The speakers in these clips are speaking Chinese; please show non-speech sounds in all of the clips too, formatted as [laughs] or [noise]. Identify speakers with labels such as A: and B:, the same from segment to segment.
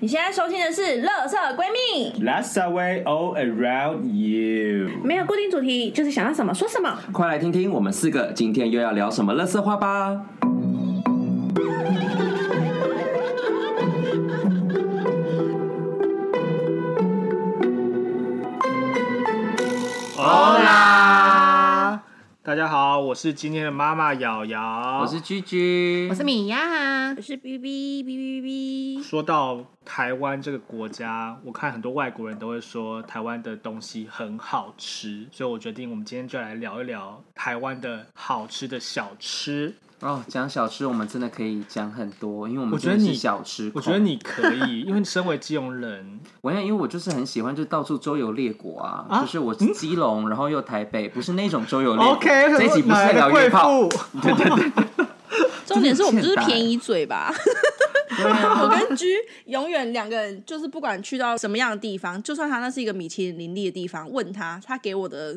A: 你现在收听的是《乐色闺蜜》，
B: Last away all around you。
A: 没有固定主题，就是想要什么说什么。
C: 快来听听我们四个今天又要聊什么乐色话吧！
D: 大家好，我是今天的妈妈瑶瑶。
C: 我是居居，
E: 我是米娅，
A: 我是 B B B B B，
D: 说到台湾这个国家，我看很多外国人都会说台湾的东西很好吃，所以我决定我们今天就来聊一聊台湾的好吃的小吃。
C: 哦，讲小吃我们真的可以讲很多，因为我们
D: 我觉得
C: 真的
D: 你
C: 是小吃
D: 我
C: 控
D: 觉得，你可
C: [laughs]
D: 以，因为身为基隆人，
C: 我想因为我就是很喜欢，就到处周游列国啊，
D: 啊
C: 就是我基隆，然后又台北，不是那种周游列国。
D: OK，
C: 这一集不是
D: 哪
C: 在
D: 来的
C: 聊
D: 贵
C: 约炮， [laughs]
D: 妇？
C: 对对对，
A: 重点是我们就是
C: 真的很欠打
A: 便宜嘴吧。 [laughs] 我跟居永远两个人就是不管去到什么样的地方，就算他那是一个米其林林立的地方，问他，他给我的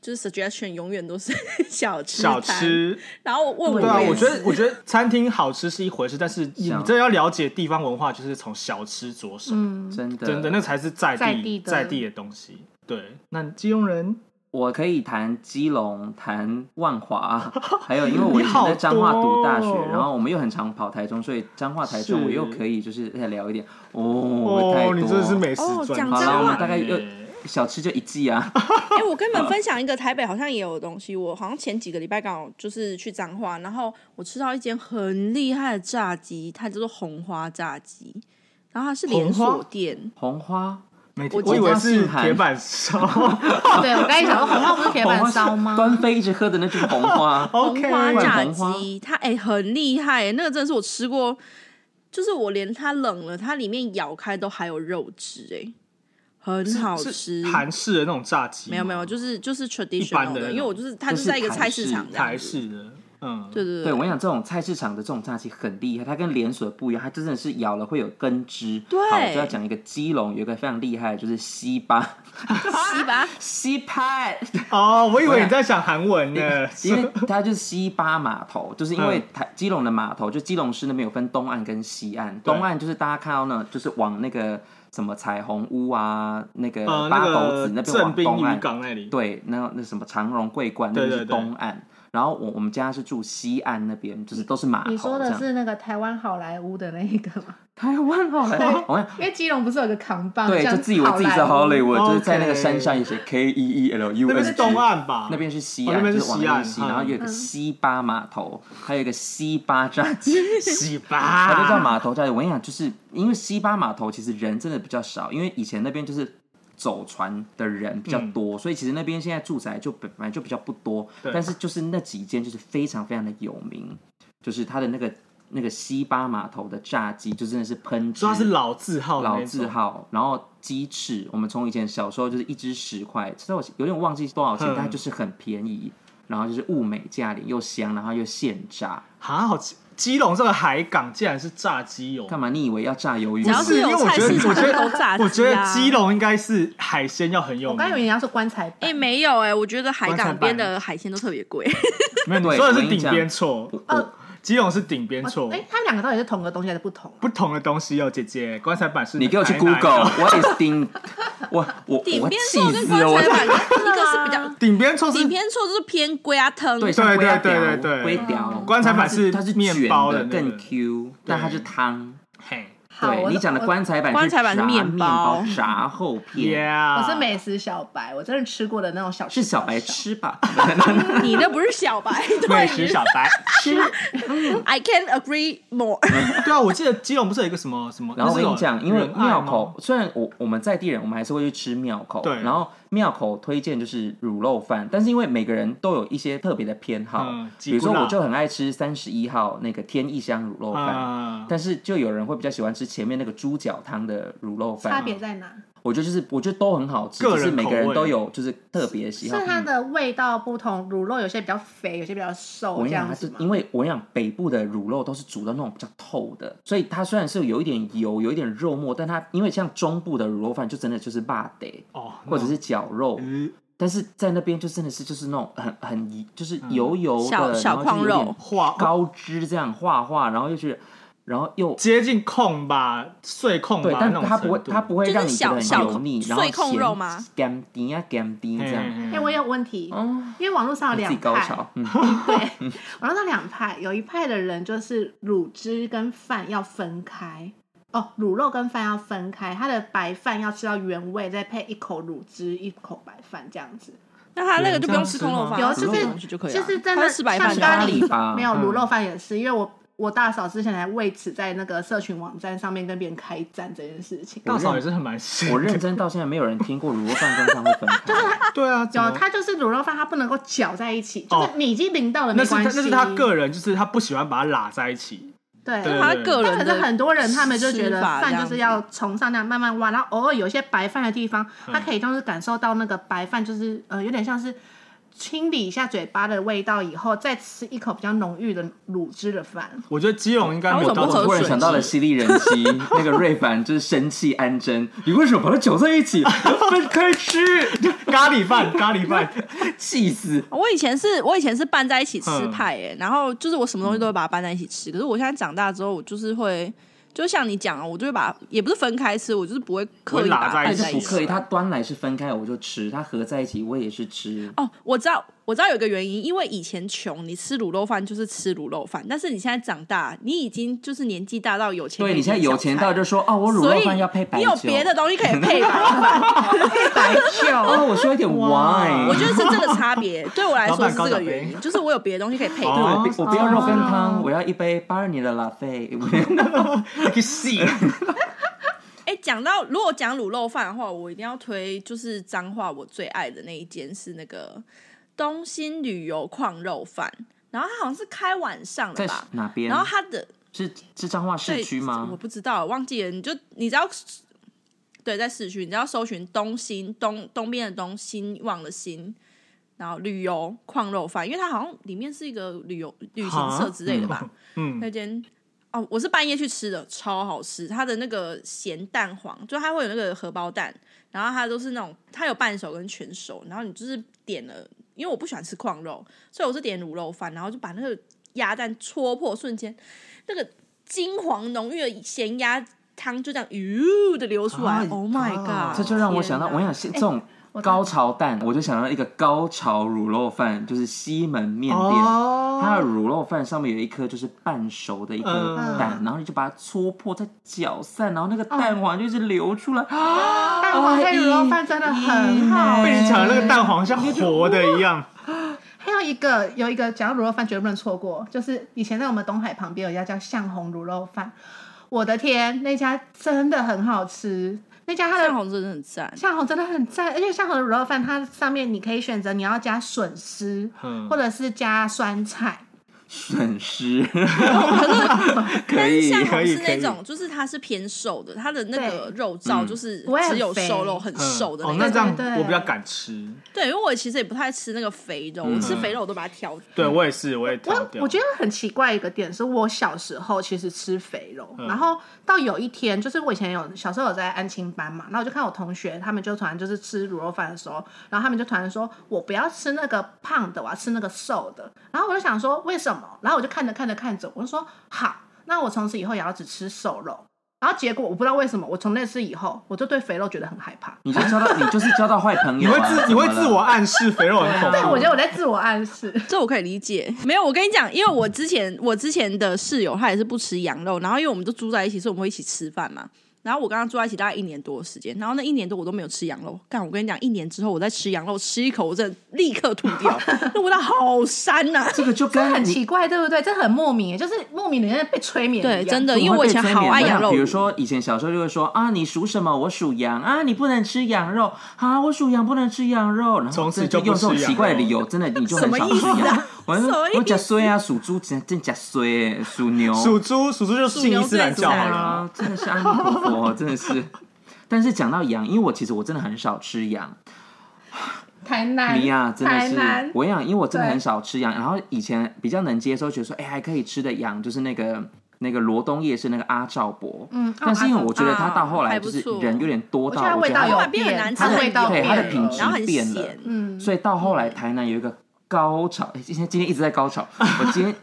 A: 就是 suggestion 永远都是 [laughs] 小吃
D: 小
A: 摊，
D: 吃，
A: 然后问我
D: 对啊，
C: 也
D: 我觉
C: 是
D: 得我觉得餐厅好吃是一回事，但是你
C: 想
D: 真的要了解地方文化，就是从小吃着手，
E: 嗯，
C: 真的
D: 真的那才是在地
E: 在地的
D: 在地的东西。对，那基隆人
C: 我可以谈基隆，谈万
D: [laughs]
C: 华，还有因为我以
D: 你
C: 前
D: 好
C: 在彰化读大学，
D: 多哦
C: 然后我们又很常跑台中，所以彰化、台中
D: 是
C: 我又可以就是再聊一点。哦，太
D: 哦
C: 多，，
D: 你真的是美食
A: 哦
D: 专
A: 讲
D: 家
A: 真
D: 耶。
A: 话好啦我
C: 们大概又小吃就一季啊。
A: 哎、我跟你
D: 嗯
A: 们分享一个台北好像也有的东西，我好像前几个礼拜刚好就是去彰化，然后我吃到一间很厉害的炸鸡，它叫做红花炸鸡，然后它是连
D: 红
A: 锁
D: 花
A: 店，
C: 红花，
D: 每天
A: 我
D: 我以
C: 我
D: 为
C: 知道
D: 是
C: 信函
D: 铁板烧。。
C: [laughs]
E: 对我刚才想说红花不是铁
C: 哦红花
E: 板
C: 是
E: 烧吗？
C: 端妃一直喝的那就是红花
D: OK， [laughs]
A: 红花炸
C: 红花
A: 鸡，它哎、很厉害、那个真的是我吃过，就是我连它冷了，它里面咬开都还有肉汁、哎，很好
D: 是
A: 吃。
D: 韩式的那种炸鸡吗，
A: 没有没有，就是就是
D: 般
A: traditional
D: 的那
A: 的，
D: 种
A: 因为我就是它
C: 就是是
A: 在一个
C: 台
A: 菜市
C: 式
A: 场这样
D: 台
A: 子，
D: 式的，嗯，
A: 对对
C: 对，我想这种菜市场的这种炸鸡很厉害，它跟连锁不一样，它真的是咬了会有根汁。
A: 对
C: 好，我就要讲一个基隆有一个非常厉害的，就是西巴，
D: [laughs]
A: 西吧，
C: 西派。
D: 哦，我以为你在想韩文呢，
C: 因为它就是西巴码头，就是因
D: 嗯
C: 为台基隆的码头，就基隆市那边有分东岸跟西岸，
D: 对
C: 东岸就是大家看到呢，就是往那个什么彩虹屋啊，那个
D: 呃，
C: 八
D: 那
C: 斗
D: 个
C: 子那边
D: 正
C: 往
D: 滨
C: 东
D: 渔
C: 岸，
D: 港那里，
C: 对，那那什么长荣桂冠那
D: 对
C: 边是
D: 对对
C: 东岸，然后我我们家是住西岸那边，就是都是码头。
E: 你说
C: 这
E: 的
C: 样
E: 是那个台湾好莱坞的那一个吗？ [laughs]
C: 台湾
D: [laughs]
C: 好莱坞，
E: 因为基隆不是有个扛棒，
C: 对，
E: 像
C: 就自以为自己是
E: 好莱坞
C: Hollywood，就是在那个
D: OK
C: 山上也写 K E E L U N
D: 那边
C: G
D: 是。东岸吧？
C: 那边是西
D: 哦
C: 岸，
D: 那边
C: 就是是往
D: 西
C: 那边
D: 岸
C: 西，
D: 嗯
C: 然后有一个西巴码头，还有一个西巴炸鸡，
D: 西
C: 它就叫
D: 吧，
C: 码头炸鸡。我跟你讲，就是因为西巴码头其实人真的比较少，因为以前那边就是走船的人比较
D: 嗯
C: 多，所以其实那边现在住宅就本本来就比较不多，
D: 对
C: 但是就是那几间就是非常非常的有名，就是它的那个那个西巴码头的炸鸡就真的是喷汁
D: 主要是老字号的那种，
C: 老字号，然后鸡翅，我们从以前小时候就是一只十块，吃到我有点忘记多少钱，
D: 嗯
C: 但它就是很便宜，然后就是物美价廉，又香，然后又现炸。
D: 啊，好奇，基隆这个海港竟然是炸鸡哦油，
C: 干嘛？你以为要炸鱿鱼
A: 只
C: 吗？
A: 要
D: 不是因为
A: 有
D: 我
A: 菜
D: 觉
A: 市
D: 得，
A: 场
D: 我觉
A: 就
D: 得
A: 都炸鸡啊。
D: 我觉得基隆应该是海鲜要很有
E: 我刚以为
D: 名。
E: 你要说棺材板，
A: 哎、没有哎、我觉得海港边
D: 棺材
A: 的海鲜都特别贵。
D: 没有，你
C: 对
D: 说的
C: 我跟
D: 是
C: 你
D: 顶
C: 讲
D: 边错，
A: 呃
C: 我
D: 基隆是顶边错
E: 我，哎，他们两个到底是同个东西还是不同？
D: 不同的东西哦，姐姐，棺材板是
C: 你给我去
D: 台南啊
C: Google，我也是盯，我我
A: [laughs] 顶
C: 我
A: 边
C: 气
A: 错跟
C: 死
A: 棺
C: 了我
A: 材。板，一个是比
D: [laughs]
A: 较
D: [laughs] 顶边错是
A: 顶边错就是偏龟啊汤，
C: 对
D: 对对对对对
C: 龟雕，
D: 棺材板
C: 然后它是
D: 是
C: 它是
D: 面
C: 卷
D: 包
C: 的
D: 的那个
C: 更 Q，但它是汤。
D: 嘿
E: 好，
C: 对
E: 我
C: 你讲的
E: 我
C: 棺材板，
A: 棺材板是
C: 炸
A: 面
C: 面
A: 包
C: 包炸厚片，
D: ，Yeah，
E: 我是美食小白，我真的吃过的那种小
C: 是
E: 吃
C: 小白，吃吧？
A: 你那不是小白，
D: 美
A: 对
D: 食小白吃。
A: ，I can agree more。
D: 对啊，我记得基隆不是有一个什么什么？
C: 然后我
D: 那是
C: 跟你讲，
D: 有
C: 因为
D: 仁爱
C: 庙
D: 吗嗯
C: 口虽然我我们在地人，我们还是会去吃庙口。
D: 对
C: 然后庙口推荐就是卤肉饭，但是因为每个人都有一些特别的偏好，
D: 嗯
C: 比如说
D: 吉布拉
C: 我就很爱吃三十一号那个天意香卤肉饭。
D: 啊，
C: 但是就有人会比较喜欢吃前面那个猪脚汤的卤肉
E: 差
C: 饭，啊
E: 别在哪？
C: 我觉得就是我觉得都很好吃，
D: 个
C: 只
D: 人
C: 是每个
D: 口
C: 人
D: 味
C: 都有就是特别喜好。
E: 是它
C: 嗯
E: 的味道不同，卤肉有些比较肥，有些比较
C: 我
E: 瘦，
C: 跟
E: 这
C: 你讲，它
E: 样子
C: 是
E: 吗？
C: 因为我跟你讲北部的卤肉都是煮到那种比较透的，所以它虽然是有一点油，有一点肉末，但它因为像中部的卤肉饭就真的就是霸得，
D: 哦，
C: 或者是绞肉，
D: 嗯
C: 但是在那边就真的是就是那种很很就是油油的，
A: 小小
C: 然
A: 矿
C: 后就是有
A: 肉
C: 点
D: 化
C: 高脂这样画画，然后又是然后又
D: 接近控吧，碎控
C: 对，
D: 吧
C: 但
D: 啊那种
C: 它不会
D: 程度
C: 它不会
A: 就是
C: 让你觉得
A: 小
C: 很油腻，
A: 小
C: 然后
A: 碎控
C: 咸
A: 肉吗
C: 干丁啊干丁这样，
D: 嗯
E: 哎、我也有问题，
C: 哦，
E: 因为网络上有
C: 自
E: 两
C: 己高
E: 派，
C: 潮，嗯，
E: [laughs] 对，网络上两派，有一派的人就是卤汁跟饭要分开，哦，卤肉跟饭要分开，他的白饭要吃到原味，再配一口卤汁，一口白饭这样子。
A: 那他那个就不用吃空肉饭，
E: 有
A: 啊他吃
E: 就是
A: 空上去就可
D: 啊
A: 以了，
E: 就是在
A: 他
E: 那
A: 吃白饭
E: 像
A: 就
E: 咖
A: 好了。
E: 喱
C: 吧
E: 饭，没有
D: 嗯
E: 卤肉饭也是，因为我我大嫂之前还为此在那个社群网站上面跟别人开战这件事情。
D: 大嫂也是很蛮细的。
C: 我认真到现在没有人听过卤肉饭跟汤会分开，
D: 对啊，怎
E: 有，
D: 么
E: 它就是卤肉饭，它不能够搅在一起，就
D: 哦
E: 是你已经淋到了，
D: 那
E: 没
D: 是他
E: 关系。
D: 那是他个人，就是他不喜欢把它拉在一起。
E: 对，
D: 对
A: 他个
E: 但
A: 人
E: 可是
A: 的
E: 很多人他们就觉得
A: 吃法这
E: 饭就
A: 样
E: 是要从上那样慢慢挖，然后偶尔有一些白饭的地方，他可以就是感受到那个白饭就是呃有点像是清理一下嘴巴的味道以后，再吃一口比较浓郁的卤汁的饭。
D: 我觉得基隆应该
A: 他
D: 没
A: 为
D: 有
A: 什么不
D: 到这
A: 喝
D: 种
C: 突
A: 水
C: 然想到了犀利人妻，那个瑞凡就是生气安贞，你为什么把它搅在一起，分
A: [laughs]
C: 开吃，
D: 咖喱饭，咖喱饭，
C: 气死！
A: 我以前是我以前是拌在一起吃
D: 嗯
A: 派哎、然后就是我什么东西都会把它拌在一起吃。可是我现在长大之后，我就是会，就像你讲啊，我就会把也不是分开吃，我就是不会刻意把它
D: 不会拉在
A: 拌
D: 一起
A: 在
C: 但
A: 一
C: 是不
A: 起。
C: 可以，它端来是分开我就吃，它合在一起我也是吃。
A: 哦，我知道，我知道有一个原因，因为以前穷，你吃卤肉饭就是吃卤肉饭，但是你现在长大，你已经就是年纪大到有钱，
C: 对你现在有钱到就说哦，我卤
A: 所
C: 肉
A: 以
C: 饭要配白
A: 你
C: 酒，
A: 有别的东西可以配白
C: [laughs]
A: 饭，
E: 白酒，
C: 哦，我需要一点 wine，
A: 我觉得是这个差别。对我来
D: 老
A: 说
D: 板
A: 是
D: 高
A: 这
D: 脚
A: 个原
D: 杯
A: 因，就是我有别的东西可以配
C: 对
D: 哦
A: 饭。
C: 我不我不要肉跟
E: 哦
C: 汤，我要一杯八二年的拉菲。
A: 哦
D: 你可以细。
A: 哎，讲到如果讲卤肉饭的话，我一定要推就是彰化我最爱的那一间是那个东兴旅游矿肉饭，然后它好像是开晚上的
C: 在
A: 吧，
C: 哪边
A: 然？后它的
C: 是是彰化市
A: 对
C: 区
A: 我
C: 吗？
A: 不知道，忘记了。你就你只要对在市区，你只要搜寻东兴东东边的东兴旺的兴，然后旅游矿肉饭，因为它好像里面是一个旅游旅行社之类的吧。
D: 嗯，
A: 那间哦，我是半夜去吃的，超好吃。它的那个咸蛋黄，就它会有那个荷包蛋，然后它都是那种它有半熟跟全熟，然后你就是点了，因为我不喜欢吃矿肉，所以我是点卤肉饭，然后就把那个鸭蛋戳破，瞬间那个金黄浓郁的咸鸭汤就这样呦的流出来、
D: 哎
A: o h my
D: 啊
A: god！
C: 这就让我想到，
A: 天哪
C: 我想现这种高潮蛋，我就想到一个高潮卤肉饭，就是西门
E: 嗯
C: 面店。它的
D: 哦，
C: 卤肉饭上面有一颗就是半熟的一颗
D: 嗯
C: 蛋，然后你就把它戳破，再搅散，然后那个蛋黄就是流出来。啊
A: 哦
E: 蛋黄配卤肉饭真的很好。
D: 被你抢的那个蛋黄像活的一样。
E: 还有一个有一个讲到卤肉饭绝对不能错过，就是以前在我们东海旁边有一家叫向红卤肉饭，我的天，那家真的很好吃，那家它的
A: 蛋黄真的很
C: [laughs]
A: 赞，
E: 夏红真的很赞，而且夏红的卤肉饭，它上面你可以选择你要加笋丝，
D: 嗯
E: 或者是加酸菜。
C: 损失，可
A: 但是
C: 以
A: 像
D: 可
A: 红
D: 以
A: 是
D: 可以
A: 那种，就是它是偏瘦的，它的那个肉燥就是
E: 不会很
A: 只有
E: 肥
A: 瘦肉，很
D: 嗯
A: 瘦的
D: 哦，
A: 那
D: 那
A: 种
D: 这。样
E: 对对
D: 我比较敢吃。
A: 对，因为我其实也不太吃那个肥肉，我吃肥肉我都把它挑。
D: 对我也是，我也挑
E: 我
D: 掉。
E: 我觉得很奇怪一个点是，我小时候其实吃肥肉，
D: 嗯
E: 然后到有一天，就是我以前有小时候有在安亲班嘛，然后我就看我同学他们就突然就是吃卤肉饭的时候，然后他们就突然说我不要吃那个胖的，我要吃那个瘦的，然后我就想说为什么？然后我就看着看着看着，我就说好，那我从此以后也要只吃瘦肉。然后结果我不知道为什么，我从那次以后，我就对肥肉觉得很害怕。
C: 你就交到你就是交到坏朋
D: 你
C: 友啊、
D: 会自你会
C: 怎么了
D: 自我暗示肥肉很恐怖。
E: 对，我觉得我在自我暗示。
A: 这我可以理解，没有我跟你讲，因为我之前我之前的室友他也是不吃羊肉，然后因为我们都住在一起，所以我们会一起吃饭嘛。然后我跟他住在一起大概一年多的时间，然后那一年多我都没有吃羊肉。干，我跟你讲，一年之后我再吃羊肉，吃一口我真的立刻吐
E: [laughs]
A: 掉，那味道好膻啊呐、
C: 这个就跟
E: 很
C: 你
E: 奇怪，对不对？这很莫名，就是莫名的人被催眠一样。
A: 对，真的，
C: 怎么
A: 因为我
C: 会
A: 以
C: 被
A: 前
C: 催
A: 好
C: 眠
A: 爱
C: 的
A: 羊肉
C: 比如
A: 炉
C: 说以前小时候就会说啊，你属什么？我属羊啊，你不能吃羊肉啊，我属羊不能吃羊肉。然后
D: 从此
C: 真的
D: 就
C: 用
D: 不
C: 这种
D: 吃
C: 奇怪的
D: 羊肉
C: 理由，真的你就
A: [laughs] 什
C: 很
A: 么
C: 少
A: 意
C: 吃
A: 思啊
C: 羊。我
A: 什么意思
C: 我假衰啊，属猪真真假衰欸，属牛
D: 属猪，属猪就是信伊斯兰教好了。
C: 啊，真的是阿弥陀佛，真的是。但是讲到羊，因为我其实我真的很少吃羊，
E: 台南，
C: 米娅真的
E: 台南
C: 是，我想，因为我真的
E: 对
C: 很少吃羊，然后以前比较能接受，觉得说，哎、还可以吃的羊，就是那个那个罗东夜市那个阿照伯，
E: 嗯
C: 但是因为
E: 哦
C: 我觉得他到后来就是
A: 还不错
C: 人有点多
E: 我
C: 到，
E: 觉得它
C: 我
E: 味
C: 觉得
E: 道
C: 它
E: 有
A: 它变得难
E: 变，
A: 吃很
E: 味道
C: 哎对
E: 变
C: 它
E: 了，
C: 的品质
A: 然后很
C: 变了
A: 咸，
C: [laughs]
E: 嗯， [laughs]
C: 所以到后来台南有一个高潮，哎今天今天一直在高潮，我今天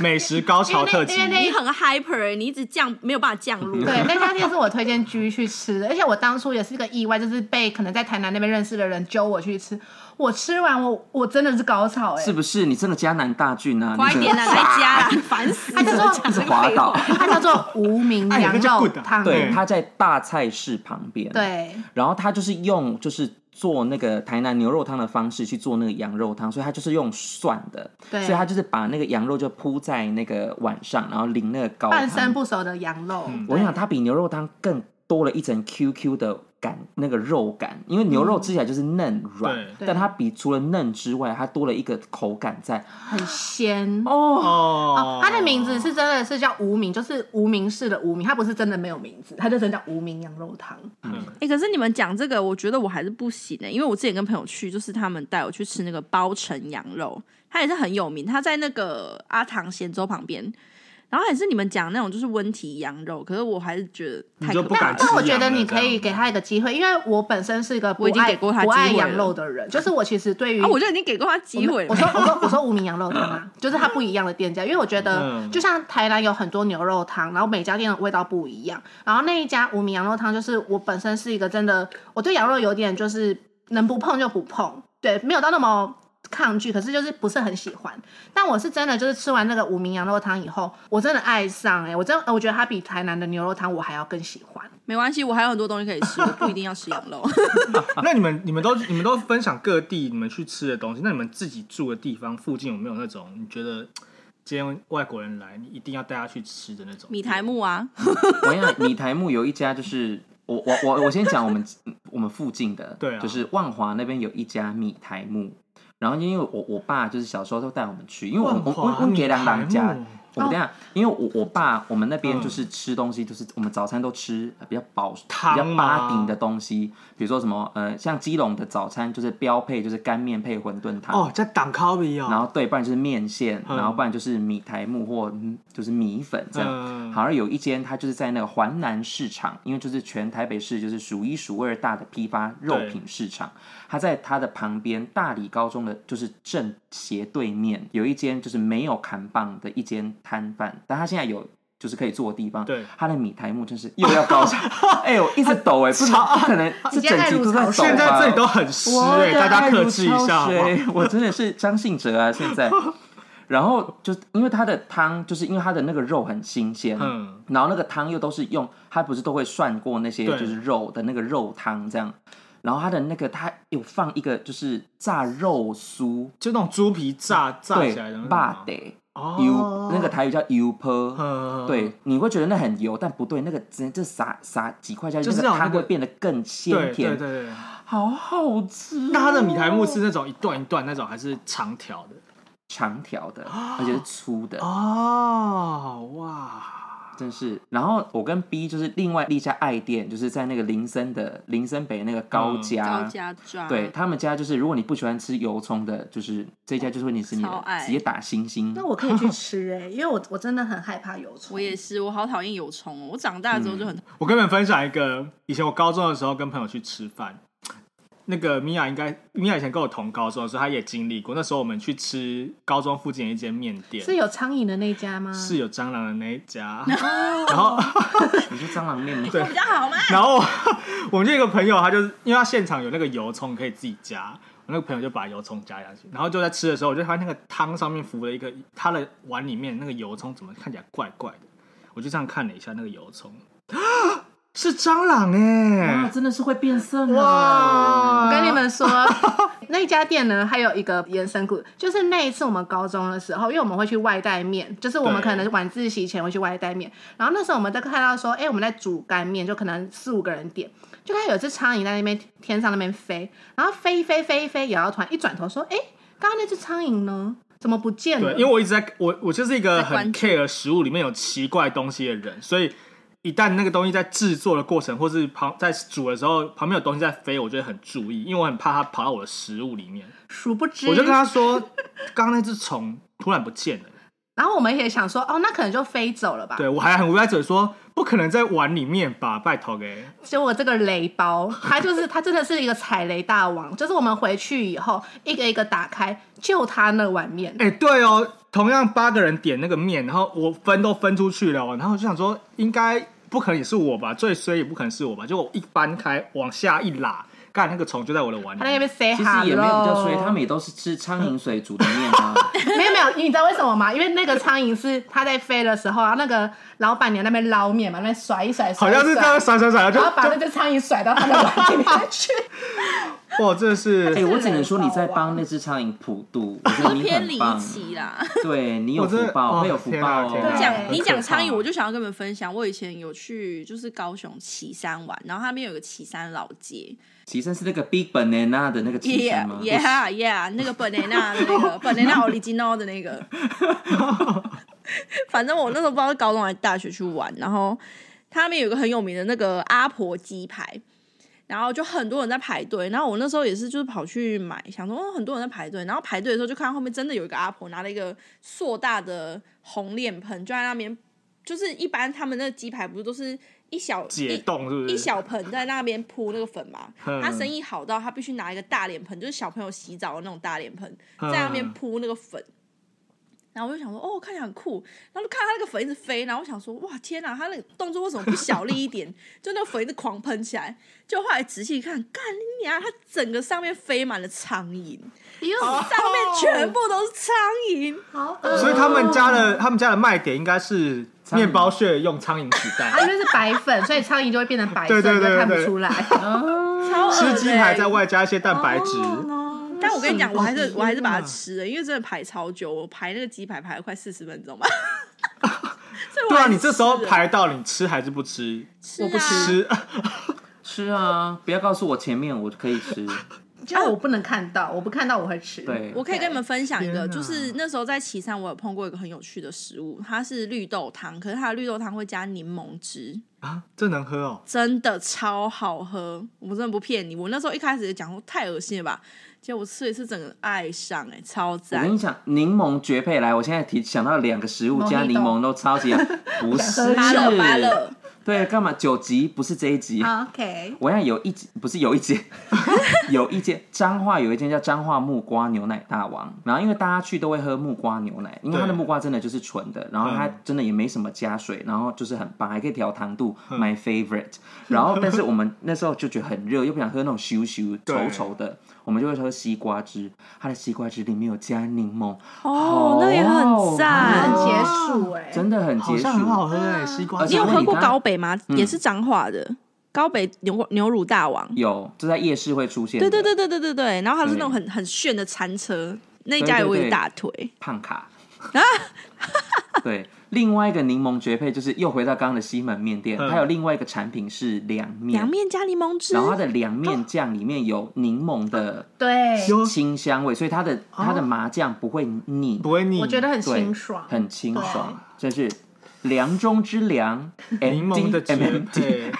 D: 美食高潮特辑
E: 因。为那因为那
A: 你很 hyper，、欸、你一直降没有办法降 [laughs] 落。
E: 对，那家店是我推荐居去吃的，而且我当初也是一个意外，就是被可能在台南那边认识的人揪我去吃，我吃完我我真的是高潮哎、
C: 是不是？你真的迦南大郡啊？
A: 快一
C: 你
A: 点
C: 真
A: 啦，
C: 的
A: 在家 [laughs] 啦，烦死
E: [laughs] 它叫
A: 了。
E: 做
C: 一直滑倒。
E: [laughs] 它叫做无名
D: 哎
E: 羊
D: 那叫
E: 肉
D: good 啊
E: 汤，欸
C: 对，
D: 嗯
C: 它在大菜市旁边。，
E: 对
C: 然后它就是用就是做那个台南牛肉汤的方式去做那个羊肉汤，所以它就是用涮的，
E: 对
C: 所以它就是把那个羊肉就铺在那个碗上，然后淋那个高
E: 半生
C: 汤。
E: 不熟的羊肉，
C: 嗯我跟你讲，它比牛肉汤更多了一层 QQ 的感，那个肉感，因为牛肉吃起来就是嫩软，
E: 嗯对
C: 但它比除了嫩之外，它多了一个口感在。
E: 很鲜。
C: 哦，
D: 哦
E: 哦，它的名字是真的是叫无名，就是无名氏的无名，它不是真的没有名字，它就真的叫无名羊肉汤。
D: 嗯
A: 哎、可是你们讲这个，我觉得我还是不行的、欸因为我之前跟朋友去，就是他们带我去吃那个包城羊肉，它也是很有名，它在那个阿唐咸粥旁边。然后也是你们讲那种就是温体羊肉，可是我还是觉得太
D: 你就
A: 可
D: 不
A: 怕
D: 敢
A: 了
D: 吃
E: 那我觉
D: 羊
E: 得
D: 了
E: 你
D: 这
E: 可以
D: 样
E: 给他一个机会，因为我本身是一个不
A: 我已经
E: 爱
A: 给过他
E: 不爱
A: 机会
E: 羊
A: 了
E: 肉的人，就是我其实对于
A: 啊！我就已经给过他机会了。
E: 我说我说我说无名羊肉汤啊，就是它不一样的店家，因为我觉得
D: 嗯
E: 就像台南有很多牛肉汤，然后每家店的味道不一样，然后那一家无名羊肉汤就是我本身是一个真的，我对羊肉有点就是能不碰就不碰，对，没有到那么。抗拒，可是就是不是很喜欢。但我是真的就是吃完那个无名羊肉汤以后，我真的爱上哎、欸我真的我觉得它比台南的牛肉汤我还要更喜欢。
A: 没关系，我还有很多东西可以吃，我不一定要吃羊
D: [laughs]
A: 肉。
C: 啊
D: 那你们你们都你们都分享各地你们去吃的东西，那你们自己住的地方附近有没有那种你觉得今天外国人来你一定要带他去吃的那种
A: 米台木
D: [laughs]
A: 啊，
C: 我跟你讲，米台木有一家就是。我我我我先讲我们我们附近的，
D: 对啊
C: 就是万华那边有一家米台木，然后因为我我爸就是小时候都带我们去，因为我
D: 万
C: 我
D: 华
C: 我我给两两
D: 米
C: 家
D: 台木，
C: 我们等一下，因为我我爸我们那边
D: 嗯
C: 就是吃东西，就是我们早餐都吃呃比较饱、比
D: 汤啊
C: 较
D: 吗
C: 八顶的东西，比如说什么呃，像基隆的早餐就是标配就是干面配馄饨汤，
D: 哦，叫党咖比哦，
C: 然后对，不然就是面线，
D: 嗯
C: 然后不然就是米苔木或嗯就是米粉这样。
D: 嗯
C: 好像有一间，它就是在那个环南市场，因为就是全台北市就是数一数二大的批发肉品市场，它在它的旁边大理高中的就是正斜对面有一间就是没有砍棒的一间摊贩，但它现在有。就是可以坐的地方，
D: 对
C: 它的米苔木真是又要高
D: [laughs]
C: 潮，哎、我一直抖哎、不是不可能，这整集都在抖吧？啊
D: 现在这里都很湿
C: 我
D: 哎、
C: 的
D: 大家
C: 爱
D: 克
C: 如
D: 制一
C: 潮
D: 下好不好
C: 水？我真的是张信哲啊，现
D: [laughs]
C: 在。然后就因为它的汤，就是因为它的那个肉很新鲜，
D: 嗯，
C: 然后那个汤又都是用，它不是都会涮过那些
D: 对
C: 就是肉的那个肉汤这样，然后它的那个它有放一个就是炸肉酥，
D: 就那种猪皮炸炸
C: 对
D: 起来的那，种
C: 霸
D: 吗
C: 得
D: 哦
C: U 那个台语叫 U per，、
D: 嗯
C: 对，你会觉得那很油，但不对，那个真这撒撒几块下去，
D: 就是
C: 那
D: 那
C: 个
D: 种
C: 汤
D: 那个
C: 会变得更鲜
D: 对
C: 甜，
D: 对对对，
C: 好好吃、
D: 那它的米苔木是那种一段一段那种，还是长条的？
C: 长条的，而且是粗的，
D: 哦，哇，
C: 真是。然后我跟 B 就是另外一家爱店，就是在那个林森的林森北那个
A: 高
C: 高
D: 嗯啊
C: 家。
A: 家庄，
C: 对，他们家就是，如果你不喜欢吃油葱的，就是这家就是为你是你
A: 超
C: 的
A: 爱，
C: 直接打星星。
E: 那我可以去吃哎、因为我我真的很害怕油葱。
A: 我也是，我好讨厌有虫哦。我长大之后就很，
D: 我跟你们分享一个，以前我高中的时候跟朋友去吃饭，那个米娅应该米娅以前跟我同高中的时候，她也经历过。那时候我们去吃高中附近的一间面店，
E: 是有苍蝇的那一家吗？
D: 是有蟑螂的那一
E: [laughs]
D: 家，然后
C: 你说蟑螂面 [laughs] 吗？
A: 我比较好吗？
D: 然后我我们就有一个朋友，他就是因为他现场有那个油葱可以自己加，我那个朋友就把油葱加下去，然后就在吃的时候，我就发现那个汤上面浮了一个他的碗里面那个油葱怎么看起来怪怪的，我就这样看了一下那个油葱， [gasps] 是蟑螂哎、
C: 哇，真的是会变色呢！
D: 哇！
E: 我跟你们说，
D: [laughs]
E: 那家店呢，还有一个延伸故事，就是那一次我们高中的时候，因为我们会去外带面，就是我们
D: 对
E: 可能晚自习前会去外带面，然后那时候我们在看到说，哎、我们在煮干面，就可能四五个人点，就看到有一只苍蝇在那边天上那边飞，然后飞一飞飞一飞，然后突然一转头说，哎、刚刚那只苍蝇呢，怎么不见了？
D: [laughs] 对，因为我一直在，我我就是一个
A: 在关
D: 很
A: 注
D: care 食物里面有奇怪东西的人，所以一旦那个东西在制作的过程，或是旁在煮的时候，旁边有东西在飞，我就会很注意，因为我很怕它跑到
A: [laughs]
D: 我的食物里面。
E: 殊不知，
D: 我就跟他说，刚刚那只虫突然不见了，
E: 然后我们也想说，哦，那可能就飞走了吧。
D: 对我还很无奈嘴说，不可能在碗里面吧，拜托给。
E: 结果这个雷包， [laughs] 它就是它真的是一个踩雷大王，就是我们回去以后一个一个打开，就它那碗面。
D: 哎、对哦，同样八个人点那个面，然后我分都分出去了哦，然后我就想说，应该不可能也是我吧，最衰也不可能是我吧。结果我一翻开，往下一拉，干那个虫就在我的碗里
E: 他在
D: 面。
E: 那边 say
C: 其
E: hello，
C: 实也没有比较衰，他们也都是吃苍蝇水煮的面
D: [laughs]
C: 啊。
E: 没有没有，你知道为什么吗？因为那个苍蝇是它在飞的时候，啊然后那个老板娘那边捞面嘛，那边甩一甩，甩
D: 好
E: 一甩
D: 像是这样甩甩甩，就
E: 然后把那只苍蝇甩到他的碗里面
C: 哦 [laughs]
E: 去。
D: 就哇，真的是
C: 哎、我只能说你在帮那只苍蝇普渡，我觉得你
A: 偏离
C: 很棒。
A: 奇啦。
C: 对你有
D: 我真
C: 福
D: 的
C: 报，
D: 哦
C: 会有福
D: 天
C: 报
D: 哪
C: 哦
D: 天哪。
A: [laughs]
E: 对
A: 讲你讲苍蝇，我
C: 就
A: 就想要跟你们分享，我以前有去就是高雄旗山玩，然后那边有个旗山老街
C: [laughs] 其实是那个 Big Banana 的那个旗山吗？
A: ，Yeah Yeah Yeah，那个 banana 的那个
C: [laughs]
A: banana original 的那个，反正我那时候不知道是高中还是啊大学去玩，然后他们有个很有名的那个阿婆鸡排。然后就很多人在排队，然后我那时候也是就是跑去买，想说哦很多人在排队，然后排队的时候就看到后面真的有一个阿婆拿了一个硕大的红脸盆，就在那边，就是一般他们那鸡排不是都是一小
D: 解
A: 一
D: 冻是不
A: 一
D: 是？
A: 小盆在那边铺那个粉嘛，
D: 嗯
A: 他生意好到他必须拿一个大脸盆，就是小朋友洗澡的那种大脸盆，
D: 嗯
A: 在那边铺那个粉。然后我就想说，哦，看起来很酷。然后就看他那个粉一直飞，然后我想说，哇，天哪，他那个动作为什么不小力一点？ [laughs] 就那个粉一直狂喷起来。就后来仔细一看，干你娘！它整个上面飞满了苍蝇，上面全部都是苍蝇。
E: 好恶
D: 所以他们家
A: 嗯
D: 的他们家的卖点应该是
C: 苍蝇
D: 面包屑用苍蝇取代
A: 哎
E: 啊，。因为是白粉，所以苍蝇就会变成白色，
D: 对对
E: 你就
D: 对
E: 看不
D: 对
E: 出来。
A: 超恶
D: 吃鸡排
A: 的
D: 在外加一些蛋白质，
A: 哦但我跟你讲，我还是
D: 啊
A: 我还是把它
D: 天哪
A: 吃了，因为真的排超久，我排那个鸡排排了快四十分钟吧。 [laughs] 所以我
D: 对啊，
A: 还是
D: 你这时候
A: 吃了
D: 排到你吃还是不吃？
A: 啊
D: 我不吃， [laughs]
C: 吃啊！不要告诉我前面我可以吃。
E: [laughs] 就我不能看到，我不看到我会吃。
C: 对，
A: 我可以跟你们分享一个，
D: 天哪
A: 就是那时候在岐山，我有碰过一个很有趣的食物，它是绿豆汤，可是它的绿豆汤会加柠檬汁，
D: 啊，这能喝哦。
A: 真的超好喝，我真的不骗你。我那时候一开始也讲说太恶心了吧，结果我吃了一次，整个爱上、哎，超
C: 我跟
A: 赞
C: 你。讲，柠檬绝配来！我现在提想到两个食物
E: Mojito
C: 加柠檬都超级好，不是
A: 芭乐芭乐，
C: 对，干嘛九集不是这一集？
E: 啊，OK，
C: 我要有一集不是有一间，有一间彰化有一间叫彰化木瓜牛奶大王，然后因为大家去都会喝木瓜牛奶，因为它的
D: 对嗯
C: 木瓜真的就是纯的，然后它真的也没什么加水，然后就是很棒，还可以调糖度，my
D: 嗯
C: favorite。然后但是我们那时候就觉得很热，又不想喝那种咻咻
D: 对
C: 稠稠的，我们就会喝西瓜汁，它的西瓜汁里面有加柠檬，
A: 哦，那也很
E: 很
A: 赞。
E: 结束哎，
C: 真的很
D: 好
C: 解暑
D: 像。很好喝哎，西瓜
C: 而
A: 你
C: 且
A: 有
C: 我
A: 喝
C: 问你
A: 过
C: 刚嗯
A: 高北吗？也是彰化的高北牛牛乳大王。
C: 有就在夜市会出现，
A: 对对，对对对对对，然后它是那种
C: 对
A: 很很炫的餐车，那
C: 对
A: 家也
C: 对
A: 我有
C: 对
A: 大腿。
C: 胖卡。
A: 啊
C: [laughs] 对，另外一个柠檬绝配就是又回到刚刚的西门面店，
D: 嗯
C: 它有另外一个产品是凉面，
A: 凉面加柠檬汁
C: 嗯然，后它的凉面酱里面有柠檬的
E: 对，
A: 哦
D: 哟
C: 清香味，所以它的它的麻酱不会腻，
D: 不会腻。
E: 我觉得很
C: 对
E: 清爽，
C: 很清爽，真是凉中之凉。
D: [laughs] 柠檬的
C: MD
D: 绝
C: MMD
D: 配，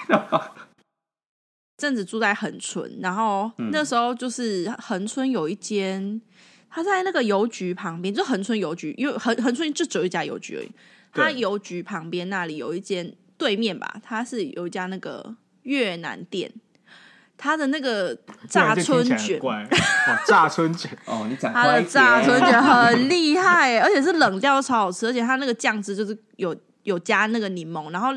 A: 阵子住在恒春，然后
C: 嗯
A: 那时候就是恒春有一间，它在那个邮局旁边，就恒春邮局，因为恒恒春就只有一家邮局而已。
D: 对
A: 它邮局旁边那里有一间，对面吧，它是有一家那个越南店，它的那个 [laughs] 炸春
D: 听起来
A: 卷
D: 很，怪。哇，炸春卷，
A: [laughs]
C: 哦，你讲
A: 它
C: 快
A: 的
C: 一点
A: 炸春卷很厉害耶，而且是冷掉超好吃，而且它那个酱汁就是有有加那个柠檬，然后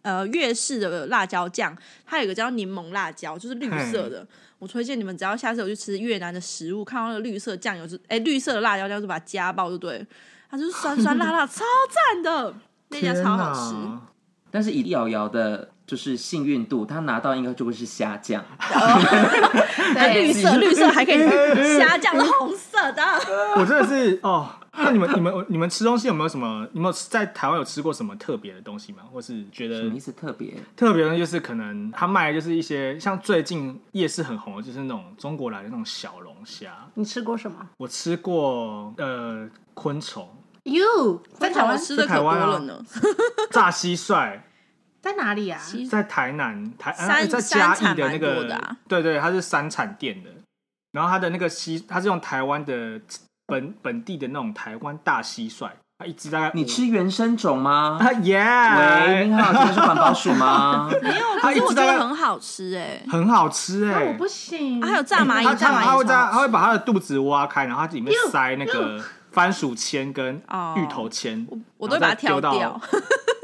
A: 呃粤式的辣椒酱，它有一个叫柠檬辣椒，就是绿色的。我推荐你们，只要下次有去吃越南的食物，看到那个绿色酱油就哎、绿色的辣椒酱就把它加爆就对了，它就是酸酸辣辣，超赞的，那家超好吃。
D: 天哪
C: 但是以瑶瑶的就是幸运度，她拿到应该就会是虾酱，
A: 绿
E: 对，
A: 色绿色还可以虾酱是红色的，
D: 我真的是哦。那你们、你们、你们吃东西有没有什么？你们有在台湾有吃过什么特别的东西吗？或是觉
C: 什
D: 得
C: 么意思？特别
D: 特别的，就是可能他卖的就是一些像最近夜市很红的，就是那种中国来的那种小龙虾。
E: 你吃过什么
D: 我吃过呃昆虫、
E: ？You 在台湾
A: 吃的可
D: 在台
A: 多
D: 湾啊
A: 了呢。
D: 炸蟋蟀，
E: 在哪里啊？
D: 在台南台
A: 三
D: 呃在嘉义的那
A: 三产蛮多
D: 个，
A: 的啊
D: 对对，它是三产店的，然后它的那个蟋，它是用台湾的本本地的那种台湾大蟋蟀它一只大概
C: 你
D: 五
C: 吃原生种吗？
D: 啊 [laughs]
C: 喂，您
D: 耶，
C: 好，这个是环保署吗？
A: 没有，
D: 它
A: 可是
D: 一
A: 我
D: 直
A: 觉得
D: 在
A: 很好吃哎、
D: 很好吃哎、
E: 啊我不哦行，
A: 啊还有炸蚂蚁，
D: 它
A: 炸
D: 它它
A: 蚂
D: 会
A: 蚁
D: 在
A: 超
D: 它
A: 好
D: 会
A: 吃。
D: 把它的肚子挖开，然后它里面
E: 哟
D: 塞那个番薯签跟
A: 哦
D: 芋头签，
A: 我都会把
D: 然
A: 它
D: 后再丢
A: 挑
D: 到
A: 掉，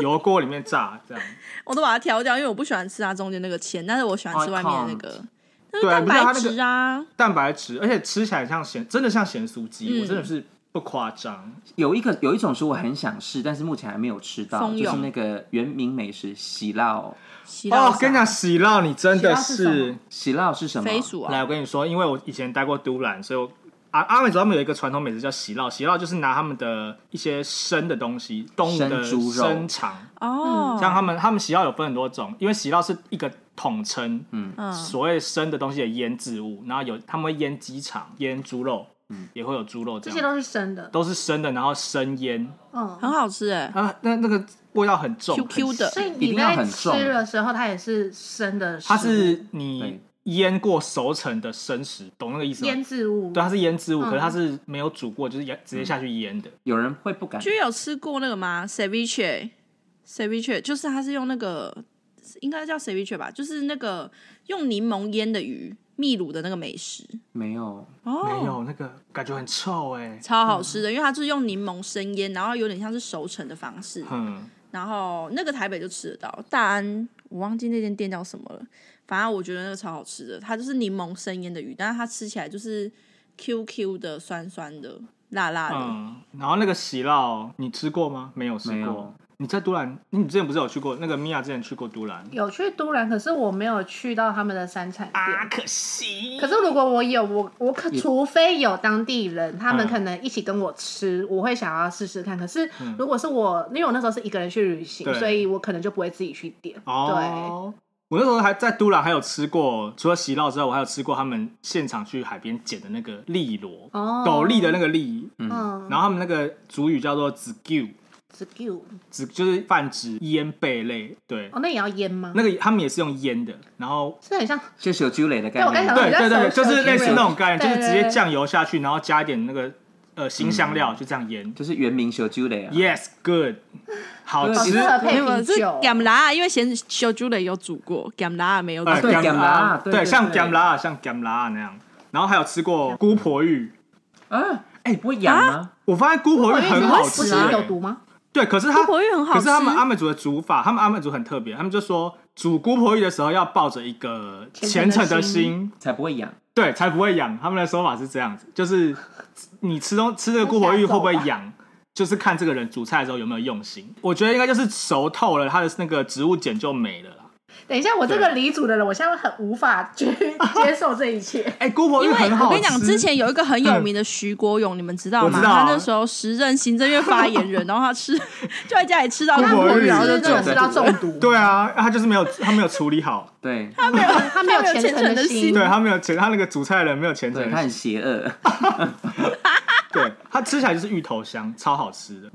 D: 油锅里面炸这样。
A: 我都把它挑掉，因为我不喜欢吃它中间那个芡，但是我喜欢吃外面的那个， [laughs] 那是
D: 对
A: 蛋
D: 啊你不知
A: 白
D: 道它那个
A: 质啊。
D: 蛋白质，而且吃起来像咸，真的像咸酥鸡，
A: 嗯
D: 我真的是不夸张。
C: 有一个有一种食物我很想试，但是目前还没有吃到，
A: 蜂蛹
C: 就是那个原名美食喜酪。
A: 喜
D: 哦
A: 酪，
D: 跟你讲，喜酪你真的
E: 喜酪是什
D: 是
E: 么，
C: 喜酪是什么？
A: 飞鼠啊，
D: 来我跟你说，因为我以前待过都兰，所以我。阿阿美族他们有一个传统美食叫喜酪，喜酪就是拿他们的一些生的东西，动物的
C: 生猪肉
D: 生肠，
A: 哦，
D: 嗯像他们他们喜酪有分很多种，因为喜酪是一个统称，
A: 嗯
D: 所谓生的东西的腌制物，然后有他们会腌鸡肠、腌猪肉，
C: 嗯
D: 也会有猪肉这
E: 这些
D: 样，
E: 都是生的，
D: 都是生的，然后生腌
E: 嗯。
A: 很好吃哎、
D: 啊，那那个味道很重
A: q
D: 很
A: Q 的
E: 所以
C: 一
E: 你
C: 定要
E: 在
C: 很
E: 吃
C: 重
E: 的时候，它也是生的食物，
D: 它是你
C: 对
D: 腌过熟成的生食，懂那个意思吗
E: 腌？制物，
D: 对，它是腌制物，可
E: 嗯
D: 是它是没有煮过，就是腌直接下去腌的。
C: 有人会不敢
A: 居有吃过那个吗？ceviche，ceviche 就是它是用那个应该叫 ceviche 吧，就是那个用柠檬腌的鱼，秘鲁的那个美食
C: 没有，
A: 哦，
D: 没有那个感觉很臭哎，
A: 超好吃的，因为它就是用柠檬生腌，然后有点像是熟成的方式，
D: 嗯，
A: 然后那个台北就吃得到，大安我忘记那间店叫什么了，反正我觉得那个超好吃的，它就是柠檬生腌的鱼，但是它吃起来就是 Q Q 的、酸酸的、辣辣的，
D: 嗯，然后那个喜酪你吃过吗？没有吃
C: 没
D: 过
C: 有。
D: 你在都兰，你之前不是有去过？那个米娅之前去过都兰
E: 有去都兰，可是我没有去到他们的山产店。
D: 啊，可惜。
E: 可是如果我有我我可
C: 也
E: 除非有当地人，他们
D: 嗯
E: 可能一起跟我吃，我会想要试试看。可是
D: 嗯
E: 如果是我，因为我那时候是一个人去旅行，
D: 对
E: 所以我可能就不会自己去点。对，
D: 哦，我那时候还在都兰，还有吃过，除了喜酪之外，我还有吃过他们现场去海边捡的那个利螺，
E: 哦
D: 斗笠的那个笠，
E: 嗯，
D: 然后他们那个主语叫做 z g u
E: 子 Q
D: 只就是泛指腌贝类，对，
E: 哦，那也要腌吗？
D: 那个他们也是用腌的，然后
E: 是很像
C: 就是有猪雷的概
E: 对我刚
C: 念
E: 想。
D: 对
E: 比较
D: 对对，
E: 熟
D: 就是
E: 熟
D: 类似
E: 腌
D: 那种概念，
E: 对
D: 就是直接
E: 对
D: 酱油下去，然后加一点那个呃新香料，就这样腌。
C: 就是原名小猪雷啊。
D: Yes, good，好
E: 好
D: 吃
E: 适。
A: 没
E: 合哦配
A: 有，
E: 啤
A: 是
E: 酒。
A: 甘拉，因为咸小猪雷有煮过，甘拉没有煮。
D: 哎
C: 对
D: Gamla，
C: Gamla，对
D: 对，
C: 对
D: 像
C: 对
D: gamla 像 gamla 那样，然后还有吃过姑婆芋，
C: 啊，哎，不会痒吗？
D: 我发现姑婆芋很好
E: 不
D: 吃
E: 是
A: 啊
D: 欸，
E: 有毒吗？
D: 对，可是
A: 姑
D: 它
A: 婆芋很好
D: 可
A: 吃，
D: 是他们阿美族的煮法，他们阿美族很特别，他们就说煮姑婆芋的时候要抱着一个虔
E: 虔
D: 诚
E: 诚
D: 的
E: 的心
D: 心，
C: 才不会痒。
D: 对，才不会痒。他们的说法是这样子，就是你吃东吃这个姑婆芋会不会痒，就是看这个人煮菜的时候有没有用心。我觉得应该就是熟透了，它的那个植物碱就没了啦。
E: 等一下，我这个离组的人，我现在很无
D: [laughs]
E: 法去接受这一切。
D: 哎、姑婆
A: 因
D: 芋
A: 为
D: 很好吃。
A: 我跟你讲，之前有一个很有名的徐国勇，你们知道
D: 我
A: 吗？
D: 知道啊
A: 他那时候时任行政院发言人，然后他吃 [laughs] 就在家里吃到
D: 姑
A: 他
D: 婆芋
A: 没有
E: 是
D: 然后
E: 真
D: 就
E: 的吃到中毒，
D: 对啊，他就是没有他没有处理好，
C: 对，
A: 他没有
E: 他没有
A: 他没有
E: 虔
A: 虔
E: 诚
A: 诚
E: 的
A: 的
E: 心
A: 心，
D: 对他没有虔，他那个煮菜的人没有虔诚
C: 对，
D: 的
C: 它
D: 心，
C: 很邪恶。
D: 对他吃起来就是芋头香，超好吃的。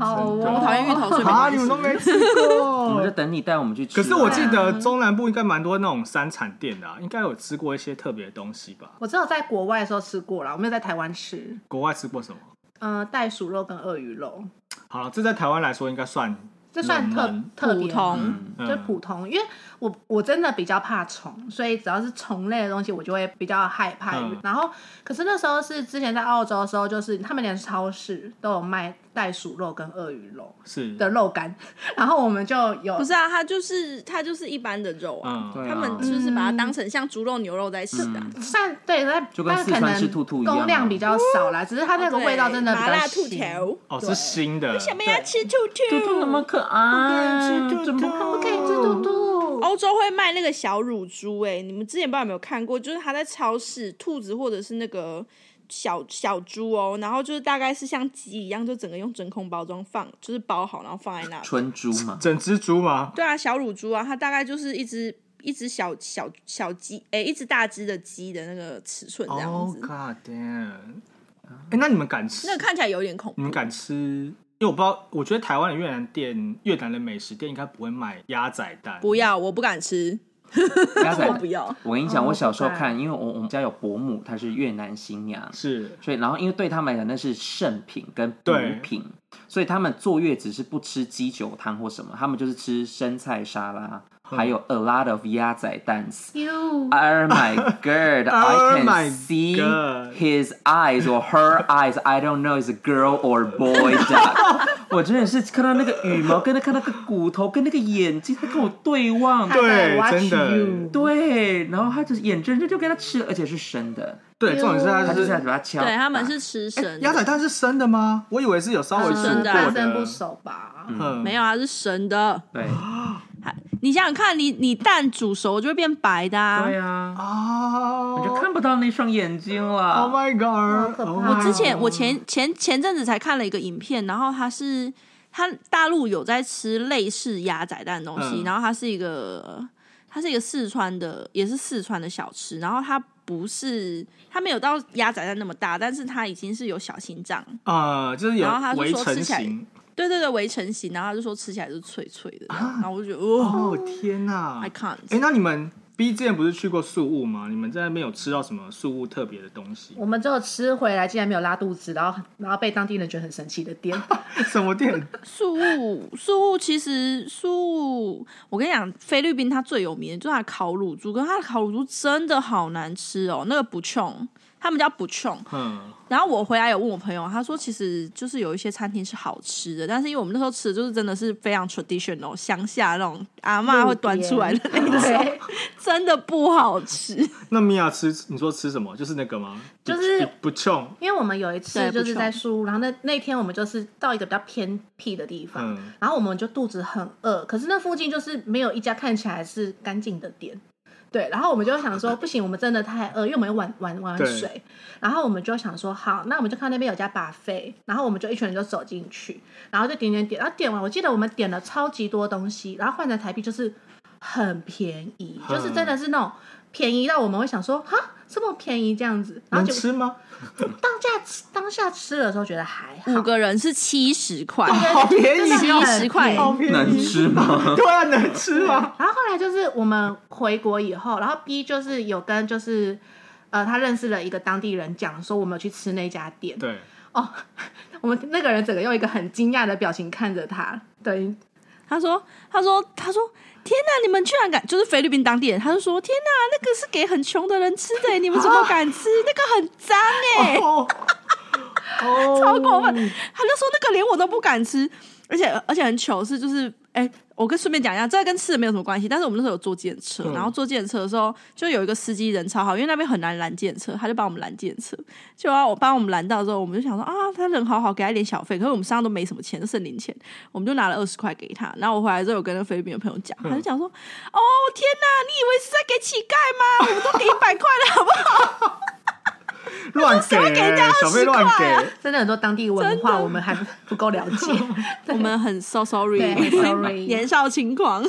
E: 好哦，
A: 我讨厌芋头，所以没
D: 啊，
A: 关
D: 你
A: 系
D: 们都没吃过，
C: 我们就等你带我们去吃啊。
D: 可是我记得中南部应该蛮多那种山产店的、啊，应该有吃过一些特别的东西吧？
E: 我只有在国外的时候吃过啦，我没有在台湾吃。
D: 国外吃过什么？
E: 呃，袋鼠肉跟鳄鱼肉，
D: 好了，这在台湾来说应该算
E: 这算
D: 冷
E: 特
D: 门
E: 特
A: 普
E: 别
A: 通。
E: 吗，
C: 嗯
D: 嗯
E: 就普通。因为我我真的比较怕虫，所以只要是虫类的东西，我就会比较害怕。
D: 嗯
E: 然后，可是那时候是之前在澳洲的时候，就是他们连超市都有卖袋鼠肉跟鳄鱼肉
C: 嗯
D: 是
E: 的肉干，然后我们就有
A: 不是啊，它就是它就是一般的肉啊，
D: 嗯，
C: 对啊
A: 他们就是把它当成像猪肉、牛肉在吃
C: 嗯
A: 的啊。
E: 算对，但
C: 就跟
E: 但
C: 四
E: 可
C: 川
E: 能
C: 吃兔兔一样啊
E: 供量比较少啦，只是它那个
A: 哦对
E: 味道真的比
A: 麻
E: 较
A: 辣兔
E: 腥
A: 头，
D: 哦是新的，嗯
A: 想不要吃兔
C: 兔兔那么
A: 兔？
C: 可爱，
D: 不可以吃兔兔
C: 怎么可
E: 不可以吃嘟嘟。
A: 欧洲会卖那个小乳猪，哎，你们之前不知道有没有看过？就是它在超市，兔子或者是那个小小猪哦，然后就是大概是像鸡一样，就整个用真空包装放，就是包好，然后放在那里。
C: 春猪嘛，
D: 整只猪吗？
A: 对啊，小乳猪啊，它大概就是一只一只小小小鸡，哎、一只大只的鸡的那个尺寸这样
D: 哦
A: 子。嗯
D: god damn！哎、那你们敢吃？
A: 那个看起来有点恐怖
D: 你。们敢吃？因为我不知道，我觉得台湾的越南店、越南的美食店应该不会卖鸭仔蛋，
A: 不要，我不敢吃。
C: [laughs] 鸭
A: 我
C: 仔
A: 不要。
C: 我跟你讲，
E: 哦
C: 我小时候
E: 不敢
C: 看，因为我我们家有伯母，她是越南新娘，
D: 是
C: 所以然后因为对他们来讲那是圣品跟补
D: 对
C: 品，所以他们坐月子是不吃鸡酒汤或什么，他们就是吃生菜沙拉，
D: 嗯
C: 还有 a lot of 鸭仔蛋丝。
E: 哟，
C: Oh
D: [laughs]
C: my god! I
D: Oh
C: can
D: my
C: see
D: God.
C: his eyes or her eyes. I don't know is a girl or boy. duck. [laughs] 我真的是看到那个羽毛，跟那看那个骨头，跟那个眼睛，他跟我对
A: [laughs]
C: 望。
D: 对
E: I
D: 真
E: watch
D: 的
E: you
C: 对，然后他就是眼睁睁就给他吃了，而且是生的，
D: 对，重点是它
C: 他
D: 就
C: 就是在
D: 是
C: 把它敲打。
A: 对，他哎们是吃生
D: 鸭
A: 的，
D: 仔蛋哎是生的吗？我以为是有稍微
A: 是
D: 煮
A: 生
D: 过
A: 的
E: 半
A: 啊
E: 生不
D: 的，
E: 熟吧？
D: 嗯，
A: 没有啊，是生的。
C: 对
A: 你想想看，你你蛋煮熟就会变白的啊。
C: 对啊，
D: 啊，
C: 你就看不到那双眼睛
D: ，Oh
C: 了。
D: my
E: 可
D: god！
E: 怕
D: Oh
E: 我
A: 之
D: my
A: 前我前前前阵子才看了一个影片，然后它是它大陆有在吃类似鸭仔蛋的东西，
D: 嗯
A: 然后它是一个它是一个四川的，也是四川的小吃，然后它不是它没有到鸭仔蛋那么大，但是它已经是有小心脏，
D: 呃，就是有
A: 然后他就
D: 围
A: 说
D: 成
A: 吃起来嗯
D: 型。
A: 对对对，围成型，然后它就说吃起来就是脆脆的这样，然后我就觉得哦、
D: 哦天哪
A: i！can't，、
D: 哎，那你们 B 之前不是去过宿雾吗？你们在那边有吃到什么宿雾特别的东西？
E: 我们只有吃回来，竟然没有拉肚子，然后然后被当地人觉得很神奇的
A: [laughs]
E: 店。
D: [laughs] 什么店？
A: 素物，素物其实素物，我跟你讲，菲律宾它最有名的就是它的烤乳猪，跟它的烤乳猪真的好难吃哦。那个不冲，他们叫不冲。
D: [laughs] 嗯，
A: 然后我回来有问我朋友，他说其实就是有一些餐厅是好吃的，但是因为我们那时候吃的就是真的是非常 traditional 乡下那种阿嬷会端出来的那种，
E: 对，
A: 真的不好吃。
D: 那米娅吃，你说吃什么？就是那个吗？
E: 就是
D: 不冲，
E: 因为我们有一次
A: 对
E: 就是
A: 不错
E: 在书屋，然后那那天我们就是到一个比较偏僻的地方，
D: 嗯
E: 然后我们就肚子很饿，可是那附近就是没有一家看起来是干净的店。对，然后我们就想
D: [laughs]
E: 说，不行，我们真的太饿，因为我们有玩玩玩
D: 对
E: 水。然后我们就想说，好，那我们就看那边有家把费，然后我们就一群人就走进去，然后就点点点，然后点完，我记得我们点了超级多东西，然后换成台币就是很便宜，
D: 嗯
E: 就是真的是那种便宜到我们会想说，哈，这么便宜这样子，
D: 能
E: 然后就
D: 吃吗？
E: 当下吃当下吃的时候觉得还好，
A: 五个人是七十块，
D: [laughs] 好便宜
E: 真的
D: 哦，
E: 很
A: 70块
D: 好便宜，
C: 能吃吗？
D: 对啊，能吃吗？
E: 然后后来就是我们回国以后，然后 B 就是有跟就是呃他认识了一个当地人讲说我们有去吃那家
D: [laughs]
E: 店
D: 对，
E: 哦，我们那个人整个用一个很惊讶的表情看着他，对，
A: 他说：“他说，他说，天哪！你们居然敢，就是菲律宾当地人，他就说：天哪，那个是给很穷的人吃的，你们怎么敢吃？那个很脏哎，
D: [laughs] 哦，哦
A: 超过分！他就说那个连我都不敢吃，而且而且很糗是就是，哎，我跟顺便讲一下，这个跟吃的没有什么关系，但是我们那时候有坐电车，
D: 嗯
A: 然后坐电车的时候，就有一个司机人超好，因为那边很难拦电车，他就帮我们拦电车，就要我帮我们拦到之后，我们就想说啊，他人好好，给他一点小费，可是我们身上都没什么钱，就剩零钱，我们就拿了二十块给他。然后我回来之后，有跟那菲律宾的朋友讲，他就讲说：“哦天哪，你以为是在给乞丐吗？我们都给一百块了，好不好？
E: [laughs]
D: 乱给
A: 给人家
D: 欸，小费乱
A: 20块啊
D: 给，
E: 真的很多当地文化我们还不够了
A: [laughs]
E: 解，
A: 我们很 so
E: 对
A: sorry，
E: 很 sorry
A: 年少轻狂。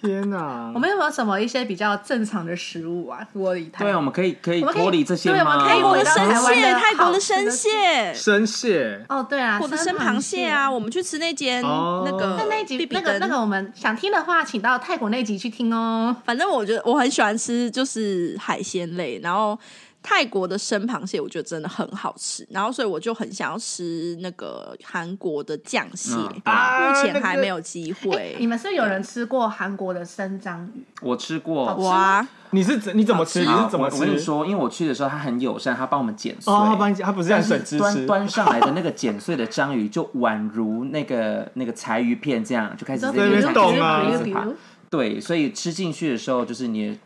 D: 天哪
E: 我！们有没有什么一些比较正常的食物啊？我以台
C: 对啊，
A: 哦
C: 我们可以可以
E: 我们可以
C: 脱离这些
E: 对我
C: 吗？
E: 们可
A: 泰
E: 以
A: 国的生
E: 回到台湾
A: 蟹，
E: 的
A: 泰国的
E: 好
A: 生蟹，
D: 生蟹，
E: 哦对啊，
A: 我的生螃蟹啊，我们去吃那间
D: 哦
A: 那个
E: 那那一集
A: 必比
E: 那个那
A: 登
E: 个，我们想听的话，请到泰国那一集去听哦。
A: 反正我觉得我很喜欢吃就是海鲜类，然后泰国的生螃蟹我觉得真的很好吃，然后所以我就很想要吃那个韩国的酱蟹，
C: 嗯
D: 啊
A: 目
D: 那个
A: 前还没有机会。
E: 哎你们是不是有人吃过韩国的生章鱼？
C: 我吃过，
A: 哇，
D: 你是怎你怎么吃？你
C: 好
D: 是怎么
C: 我我跟你
D: 吃？
C: 说，因为我去的时候，他很友善，他帮我们剪碎。
D: 哦，他帮你，他不是让
C: 但
D: 水
C: 是
D: 汁
C: 端
D: 吃，
C: 端上来的那个剪碎的章鱼，就宛如那个那个柴鱼片这样，就开始在
D: 对
C: 边
D: 你
C: 上
D: 懂啊
C: 一
E: 比
C: 直
E: 如比
C: 爬
E: 如
C: 对，所以吃进去的时候，就是你的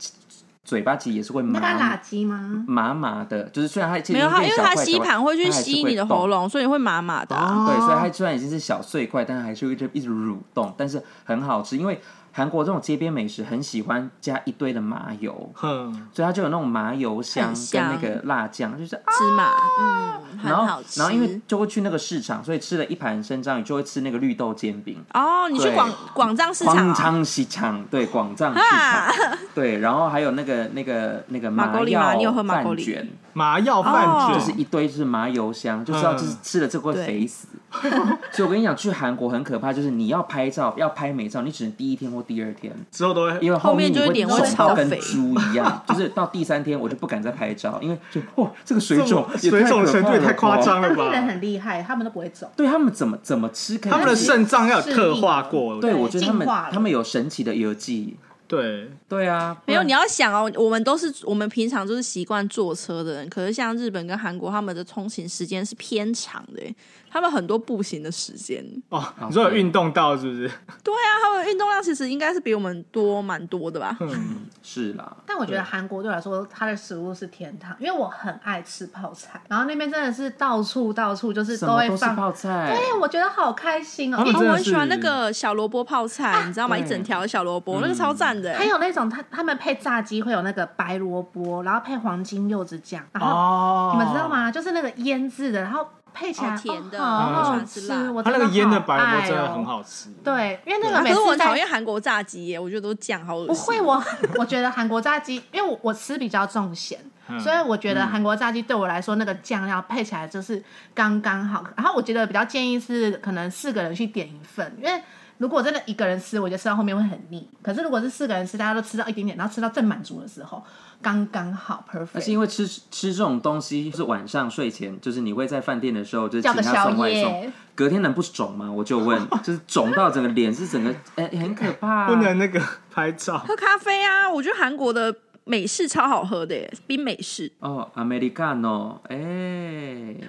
C: 嘴巴其实也是会
E: 那个
C: 麻
E: 垃圾吗？
C: 麻麻的，就是虽然它其实
A: 没有它，因为它
C: 它
A: 吸盘会去吸你的喉。咙，所以会麻麻的啊、
D: 哦
C: 对，所以它虽然已经是小碎块，但还是会一直一直蠕动，但是很好吃。因为韩国这种街边美食很喜欢加一堆的麻油，
D: 哼，
C: 所以它就有那种麻油香
A: 很
C: 跟
A: 香
C: 那个辣酱，就是啊
A: 芝麻，嗯，很
C: 然后
A: 好吃。
C: 然后因为就会去那个市场，所以吃了一盘生章鱼就会吃那个绿豆煎饼。
A: 哦，你去
C: 对
A: 广广藏市场、
C: 广
A: 哦，
C: 昌市场对广藏市场对，然后还有那个那个那个
A: 马格利吗
C: 药
A: 你有喝马格
C: 饭
A: 利
C: 卷，
D: 麻药饭
A: 哦
D: 卷嗯
C: 就是一堆是麻油香，就知道就是吃了这个会
A: 对
C: 肥死。 [laughs] 所以我跟你讲，去韩国很可怕，就是你要拍照，要拍美照，你只能第一天或第二天，
D: 之后都会
C: 因为后
A: 后面
C: 你
A: 就
C: 会
A: 脸
E: 会
C: 肿到
E: 超
C: 跟
A: 肥
C: 猪一样，就是到第三天我就不敢再拍照，因为就哇，这个水
D: 哦这
C: 肿
D: 么
C: 也
D: 水
C: 太
D: 肿
C: 可
D: 的程度
C: 怕
D: 也
C: 了
D: 太夸
C: 吧。
D: 张了
E: 当地
D: 吧？
E: 人很厉害，他们都不会走。
C: 对他们怎么怎么吃可以？
D: 他们的肾脏要有特化过，
C: 对，
E: 对
C: 我觉得他们
E: 进化了
C: 他们有神奇的游记。
D: 对，
C: 对啊，
A: 没有，你要想哦，我们都是我们平常就是习惯坐车的人，可是像日本跟韩国，他们的通勤时间是偏长的耶，他们很多步行的时间。
D: 哦，你说有运动到是不是？
A: 对啊，他们的运动量其实应该是比我们多蛮多的吧？
D: 嗯，
C: 是啦，
E: 但我觉
D: 对
E: 得韩国对我来说，它的食物是天堂，因为我很爱吃泡菜，然后那边真的是到处到处就是
C: 什
E: 都
C: 么
E: 会
C: 都是
E: 放，
C: 泡菜，
E: 对，我觉得好开心哦
D: 他。们
E: 因
A: 哦
E: 为
D: 真
A: 我
D: 的
A: 很喜欢
D: 是
A: 那个小萝卜泡菜，你知道吗？
C: 对
A: 一整条的小萝卜，那个超赞的耶。欸
E: 还有那种他他们配炸鸡会有那个白萝卜，然后配黄金柚子酱，然后
D: 哦，
E: 你们知道？吗？就是那个腌制的，然后配起来
A: 好甜的
E: 哦
A: 我
E: 好
A: 喜
E: 好
A: 欢吃
E: 吃
A: 辣。
E: 我
D: 它
E: 真
D: 那个腌的
E: 好
D: 白萝
E: 爱
D: 卜真的
E: 哦
D: 很。好吃，
E: 对，因为那
A: 啊
E: 个
A: 可
E: 每
A: 是我
E: 次
A: 很讨
E: 在
A: 厌韩国炸鸡耶，我觉得都酱好恶
E: 不
A: 心。
E: 会，我 [laughs] 我觉得韩国炸鸡，因为我我吃比较重咸，
D: 嗯
E: 哦所以我觉得韩国炸鸡对我来说那个酱料配起来就是刚刚好。然后我觉得比较建议是可能四个人去点一份，因为如果真的一个人吃，我觉得吃到后面会很腻。可是如果是四个人吃，大家都吃到一点点，然后吃到正满足的时候，刚刚好
C: 而且因
E: perfect。
C: 为吃吃这种东西，就是晚上睡前，就是你会在饭店的时候，就是
E: 叫
C: 请
E: 个
C: 他送
E: 宵
C: 外
E: 夜
C: 送，隔天能不肿吗？我就问，就是肿到整个脸是整个， [laughs] 哎、很可
E: 啊
C: 怕、
D: 不能那个 [laughs] 拍照。
A: 喝咖啡啊，我觉得韩国的美式超好喝的耶，冰美式。
C: 哦，Americano，哎、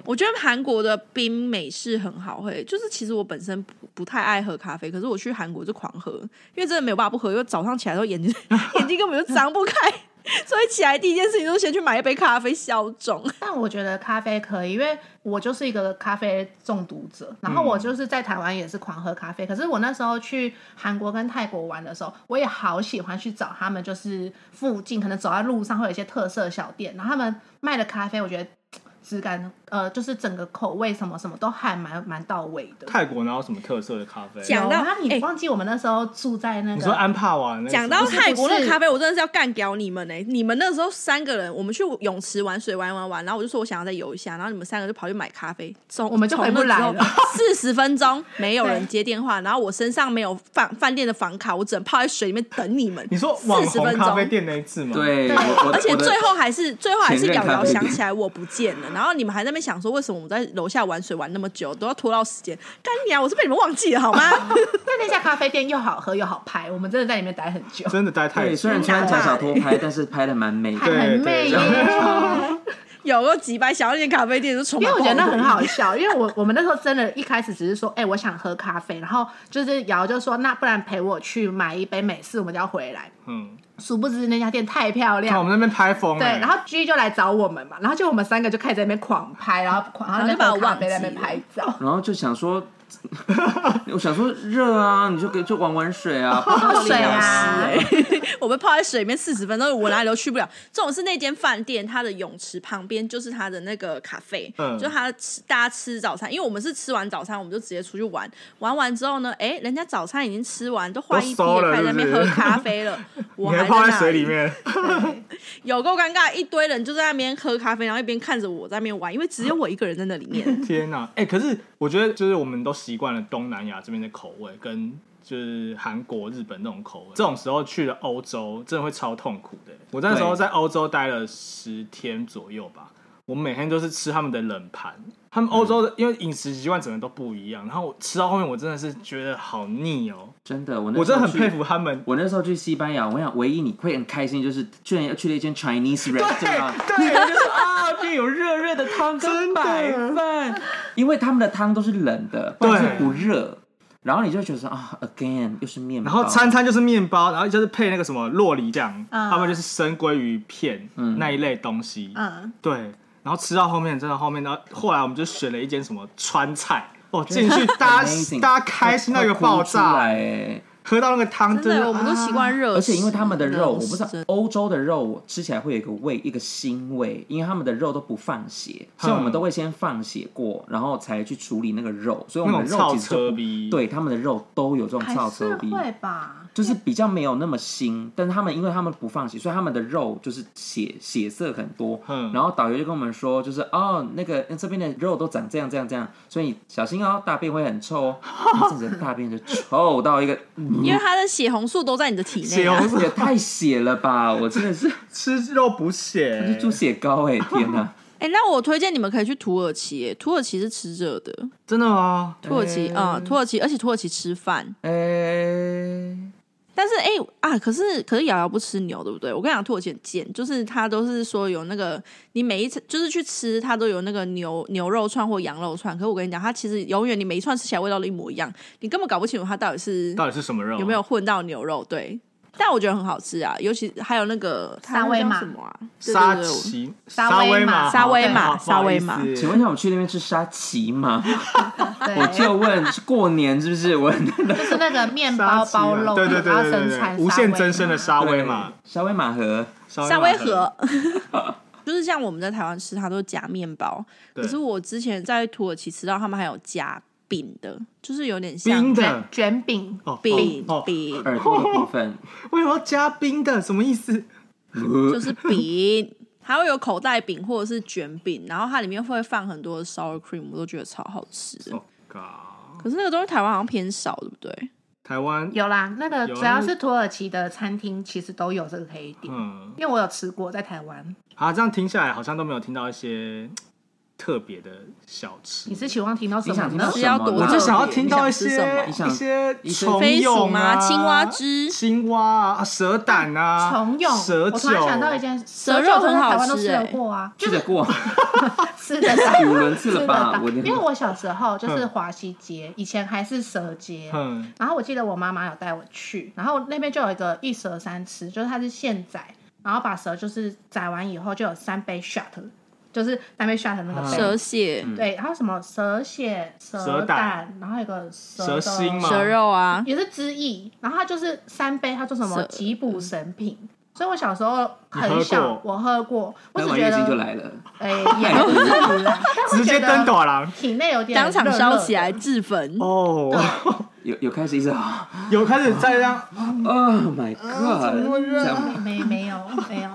A: 我觉得韩国的冰美式很好喝，欸就是其实我本身不不太爱喝咖啡，可是我去韩国就狂喝，因为真的没有办法不喝，因为早上起来都眼睛 [laughs] 眼睛根本就张不开， [laughs] 所以起来第一件事情就是先去买一杯咖啡消肿。
E: 但我觉得咖啡可以，因为我就是一个咖啡中毒者。然后
D: 嗯
E: 我就是在台湾也是狂喝咖啡，可是我那时候去韩国跟泰国玩的时候，我也好喜欢去找他们，就是附近可能走在路上会有一些特色小店，然后他们卖的咖啡，我觉得嘖质感呃，就是整个口味什么什么都还蛮蛮到位的。
D: 泰国哪有什么特色的咖啡？
A: 讲到
E: 有啊
A: 哎
E: 你忘记我们那时候住在那
D: 你说
E: 个。
D: 安帕瓦那个
A: 讲到
D: 什么
A: 泰国那个咖啡，我真的是要干掉你们呢、欸你们那时候三个人，我们去泳池玩水玩玩玩，然后我就说我想要再游一下，然后你们三个就跑去买咖啡，从
E: 我们就回不来了。
A: [laughs] 四十分钟没有人
E: 对
A: 接电话，然后我身上没有饭饭店的房卡，我只能泡在水里面等你们。
D: 你说网
A: 40
D: 红
A: 分
D: 咖啡
A: 钟。
D: 店那一次吗？，
C: 对，
E: 对
C: 我我
A: 而且
C: 我的
A: 最后还是最后还是
C: 前任
A: 瑶
C: 咖
A: 瑶
C: 啡
A: 想
C: 店
A: 起来我不见了，然后你们还在那边想说为什么我们在楼下玩水玩那么久都要拖到时间？干你啊！我是被你们忘记了好吗？ [laughs]
E: 但那家咖啡店又好喝又好拍，我们真的在里面待很久，
D: 真的待泰
C: 对，
D: 国，
C: 虽然穿假小偷拍，但是拍的蛮美的。
E: 还很
D: 对对
E: 媚耶。
D: [laughs]
A: 有个几百小店咖啡店就充
E: 因
A: 满
E: 为
A: 爆
E: 我
A: 红，
E: 觉得那很好笑，因为我我们那时候真的一开始只是说，哎、我想喝咖啡，然后就是瑶就说，那不然陪我去买一杯美式，我们就要回来。
D: 嗯，
E: 殊不知那家店太漂
D: 看我
E: 亮，
D: 们那边拍风
E: 对，
D: 欸，
E: 然后 G 就来找我们嘛，然后就我们三个就开始在那边狂拍，然后狂然后在那边喝咖啡在那边拍照。
C: 然后就想说，我想说热啊，你就给就玩玩水啊，泡
E: 水啊
A: 我被泡在水里面四十分钟，我哪里都去不了。这种是那间饭店，它的泳池旁边就是它的那个咖啡，
D: 嗯
A: 就是它吃大家吃早餐，因为我们是吃完早餐，我们就直接出去玩，玩完之后呢，哎、人家早餐已经吃完，都换一批
D: 都收了
A: 了，开始在那边
D: 是不
A: 喝
D: 是
A: 咖啡
D: [laughs]
A: 了，我
D: 你还
A: 在
D: 泡在
A: 那
D: 水里，面，
A: 有够尴尬，一堆人就在那边喝咖啡，然后一边看着我在那边玩，因为只有我一个人在那里
C: [laughs]
A: 面。
D: 天哪！哎，可是我觉得就是我们都习惯了东南亚这边的口味跟。就是韩国、日本那种口味，这种时候去了欧洲，真的会超痛苦的欸。我那时候
C: 对
D: 在欧洲待了十天左右吧，我每天都是吃他们的冷盘。他们欧洲的、因为饮食习惯整个都不一样，然后我吃到后面我真的是觉得好腻哦、
C: 真的，我那
D: 我真的
C: 时
D: 很
C: 候去
D: 佩服他们。
C: 我那时候去西班牙，我想唯一你会很开心，就是居然要去了一间 Chinese
D: 对
C: restaurant，
D: 对，就是
C: 啊，这有热热的汤跟
D: 真的
C: 白饭，因为他们的汤都是冷的，
D: 对
C: 但是不热，然后你就会觉得说啊，again 又是面包，
D: 然后餐餐就是面包，然后就是配那个什么洛梨酱，
E: 嗯
D: 他们就是生鲑鱼片、那一类东西。
E: 嗯，
D: 对，然后吃到后面，真的后面，然后后来我们就选了一间什么川菜，哦，进去大家
C: Amazing
D: 大家开心到一个爆
C: 快哭出来
D: 炸。
C: 哎
D: 喝到那个汤啊
A: 真的，我
D: 就
A: 们都习惯热食，
C: 而且因为他们的肉，我不知道
A: 真的
C: 欧洲的肉我吃起来会有一个味，一个腥味，因为他们的肉都不放血，所以我们都会先放血过，然后才去处理那个肉，所以我
D: 那
C: 们
D: 种
C: 的肉
D: 超
C: 其实就
D: 车
C: 不
D: 逼，，
C: 对他们的肉都有这种
E: 还
C: 超
E: 是
C: 车逼，
E: 会吧？
C: 就是比较没有那么腥，但是他们因为他们不放血，所以他们的肉就是血血色很多。
D: 嗯
C: 然后导游就跟我们说，就是哦，那个这边的肉都长这样这样这样，所以你小心哦，大便会很臭 [laughs] 哦。然后整个大便就臭到一个，
A: 因为它的血红素都在你的体内
D: 血
A: 啊、
D: 红
C: 这
D: 素
C: 也太血了吧！我真的
D: [laughs]
C: 是
D: 吃肉补
C: 是
D: 血，
C: 猪血糕哎、天
D: [laughs]
C: 哪！
A: 哎、那我推荐你们可以去土耳其耶，土耳其是吃热的，
D: 真的吗？
A: 土耳其啊、嗯土耳其，而且土耳其吃饭。
C: 哎、
A: 但是哎、啊，可是可是瑶瑶不吃牛，对不对？我跟你讲，土耳其很贱，就是他都是说有那个，你每一次就是去吃，他都有那个牛牛肉串或羊肉串。可是我跟你讲，它其实永远你每一串吃起来味道都一模一样，你根本搞不清楚它到底是
D: 到底是什么肉？啊
A: 有没有混到牛肉？对，但我觉得很好吃啊，尤其还有那个它
E: 沙威
A: 叫
E: 玛
A: 什么啊？对
D: 沙
A: 对对我
D: 琪
E: 沙威
D: 威
E: 玛
D: 玛，
A: 沙威
E: 玛
D: 好
A: 沙威玛，
D: 不好意思
C: 请问一下，我们去那边吃沙琪吗？
D: 哎
E: 对，
C: 我就问，是过年是不是？我
E: 就是那个面包包肉，
D: 啊对对对
E: 然后
D: 对
E: 生
D: 对
E: 产
D: 对，无限增生
E: 生
D: 的 [laughs] 沙威玛，
C: 对沙威玛盒。
D: 啊
A: 夏威
D: 玛
A: 河， [laughs] 就是像我们在台湾吃，它都是夹面包，
D: 对
A: 可是我之前在土耳其吃到他们还有夹饼的，就是有点像
D: 冰
E: 卷
D: 的
E: 卷饼，
D: 哦
A: 饼
D: 哦，哦
A: 饼，
C: 耳朵的部分，
D: 为什么要加冰的？什么意思？呃
A: 就是饼。还会有口袋饼或者是卷饼，然后它里面会放很多 sour cream，我都觉得超好吃
E: 嗯
A: 的。
D: 哦嘎
A: 可是那个东西台湾好像偏少，对不对？
D: 台湾
E: 有啦，那个
D: 有啊
E: 只要是土耳其的餐厅，其实都有这个可以点，
D: 嗯，
E: 因为我有吃过在台湾。
D: 啊，这样听下来好像都没有听到一些特别的小吃
E: 你。是希望听到什
C: 你想
E: 么
C: 听到
E: 呢
A: 是
C: 什？
A: 要多
C: 我
D: 就
A: 特
D: 想要
A: 别
D: 听
A: 你
D: 到一
A: 吃什么
C: 你
D: 些一
C: 想
D: 些
C: 一些
D: 虫
A: 飞鼠
D: 蛹
A: 吗？
D: 啊、
A: 青蛙、汁？
D: 青蛙啊、蛇胆啊、
E: 虫
D: 蛇
E: 蛹，我突然想到一
D: 酒。
E: 件，
A: 蛇
E: 酒
A: 肉
E: 我在
A: 很好
E: 台湾都
A: 吃
E: 吃得
A: 欸
E: 过啊，
C: 吃得
E: [laughs]
C: 过，
E: 吃得
C: [laughs]
E: 到，
C: 语无伦次
E: 吃
C: 了
E: 得
C: 吧
E: 到？
C: 我的
E: 因为我小时候就是
D: 嗯
E: 华西街，以前还是蛇街，
D: 嗯，
E: 然后我记得我妈妈有带我去，然后那边就有一个一蛇三吃，就是它是现宰，然后把蛇就是宰完以后就有三杯 shot，就是三杯 shot 的那个杯。
A: 蛇蟹、
D: 嗯
E: 对，然后什么蛇血、蛇
D: 蛇
E: 胆，
D: 胆
E: 然后还有个蛇
D: 蛇
E: 的
D: 心吗
A: 蛇肉
D: 嗯
A: 啊，
E: 也是之意。然后它就是三杯，它做什么
A: 蛇
E: 吉补神品。所以我小时候很
D: 你喝
E: 小
D: 过，
E: 我喝过，我
C: 喝
E: 只
C: 完
E: 觉
C: 月经就
E: 得，
C: 来了， [laughs]
E: 哎，也不是不是，但我
D: 直接
E: 觉
D: 登
E: 得
D: 短廊
E: 体内有点
A: 当场
E: 热
A: 烧
E: 热
A: 起来
E: 的，
A: 自焚。
E: [laughs]
D: 哦，
C: 有有开始一直啊
D: 有开始在让
E: 嗯
C: ，Oh my
E: 啊
C: God，这样
E: 没没没有没有。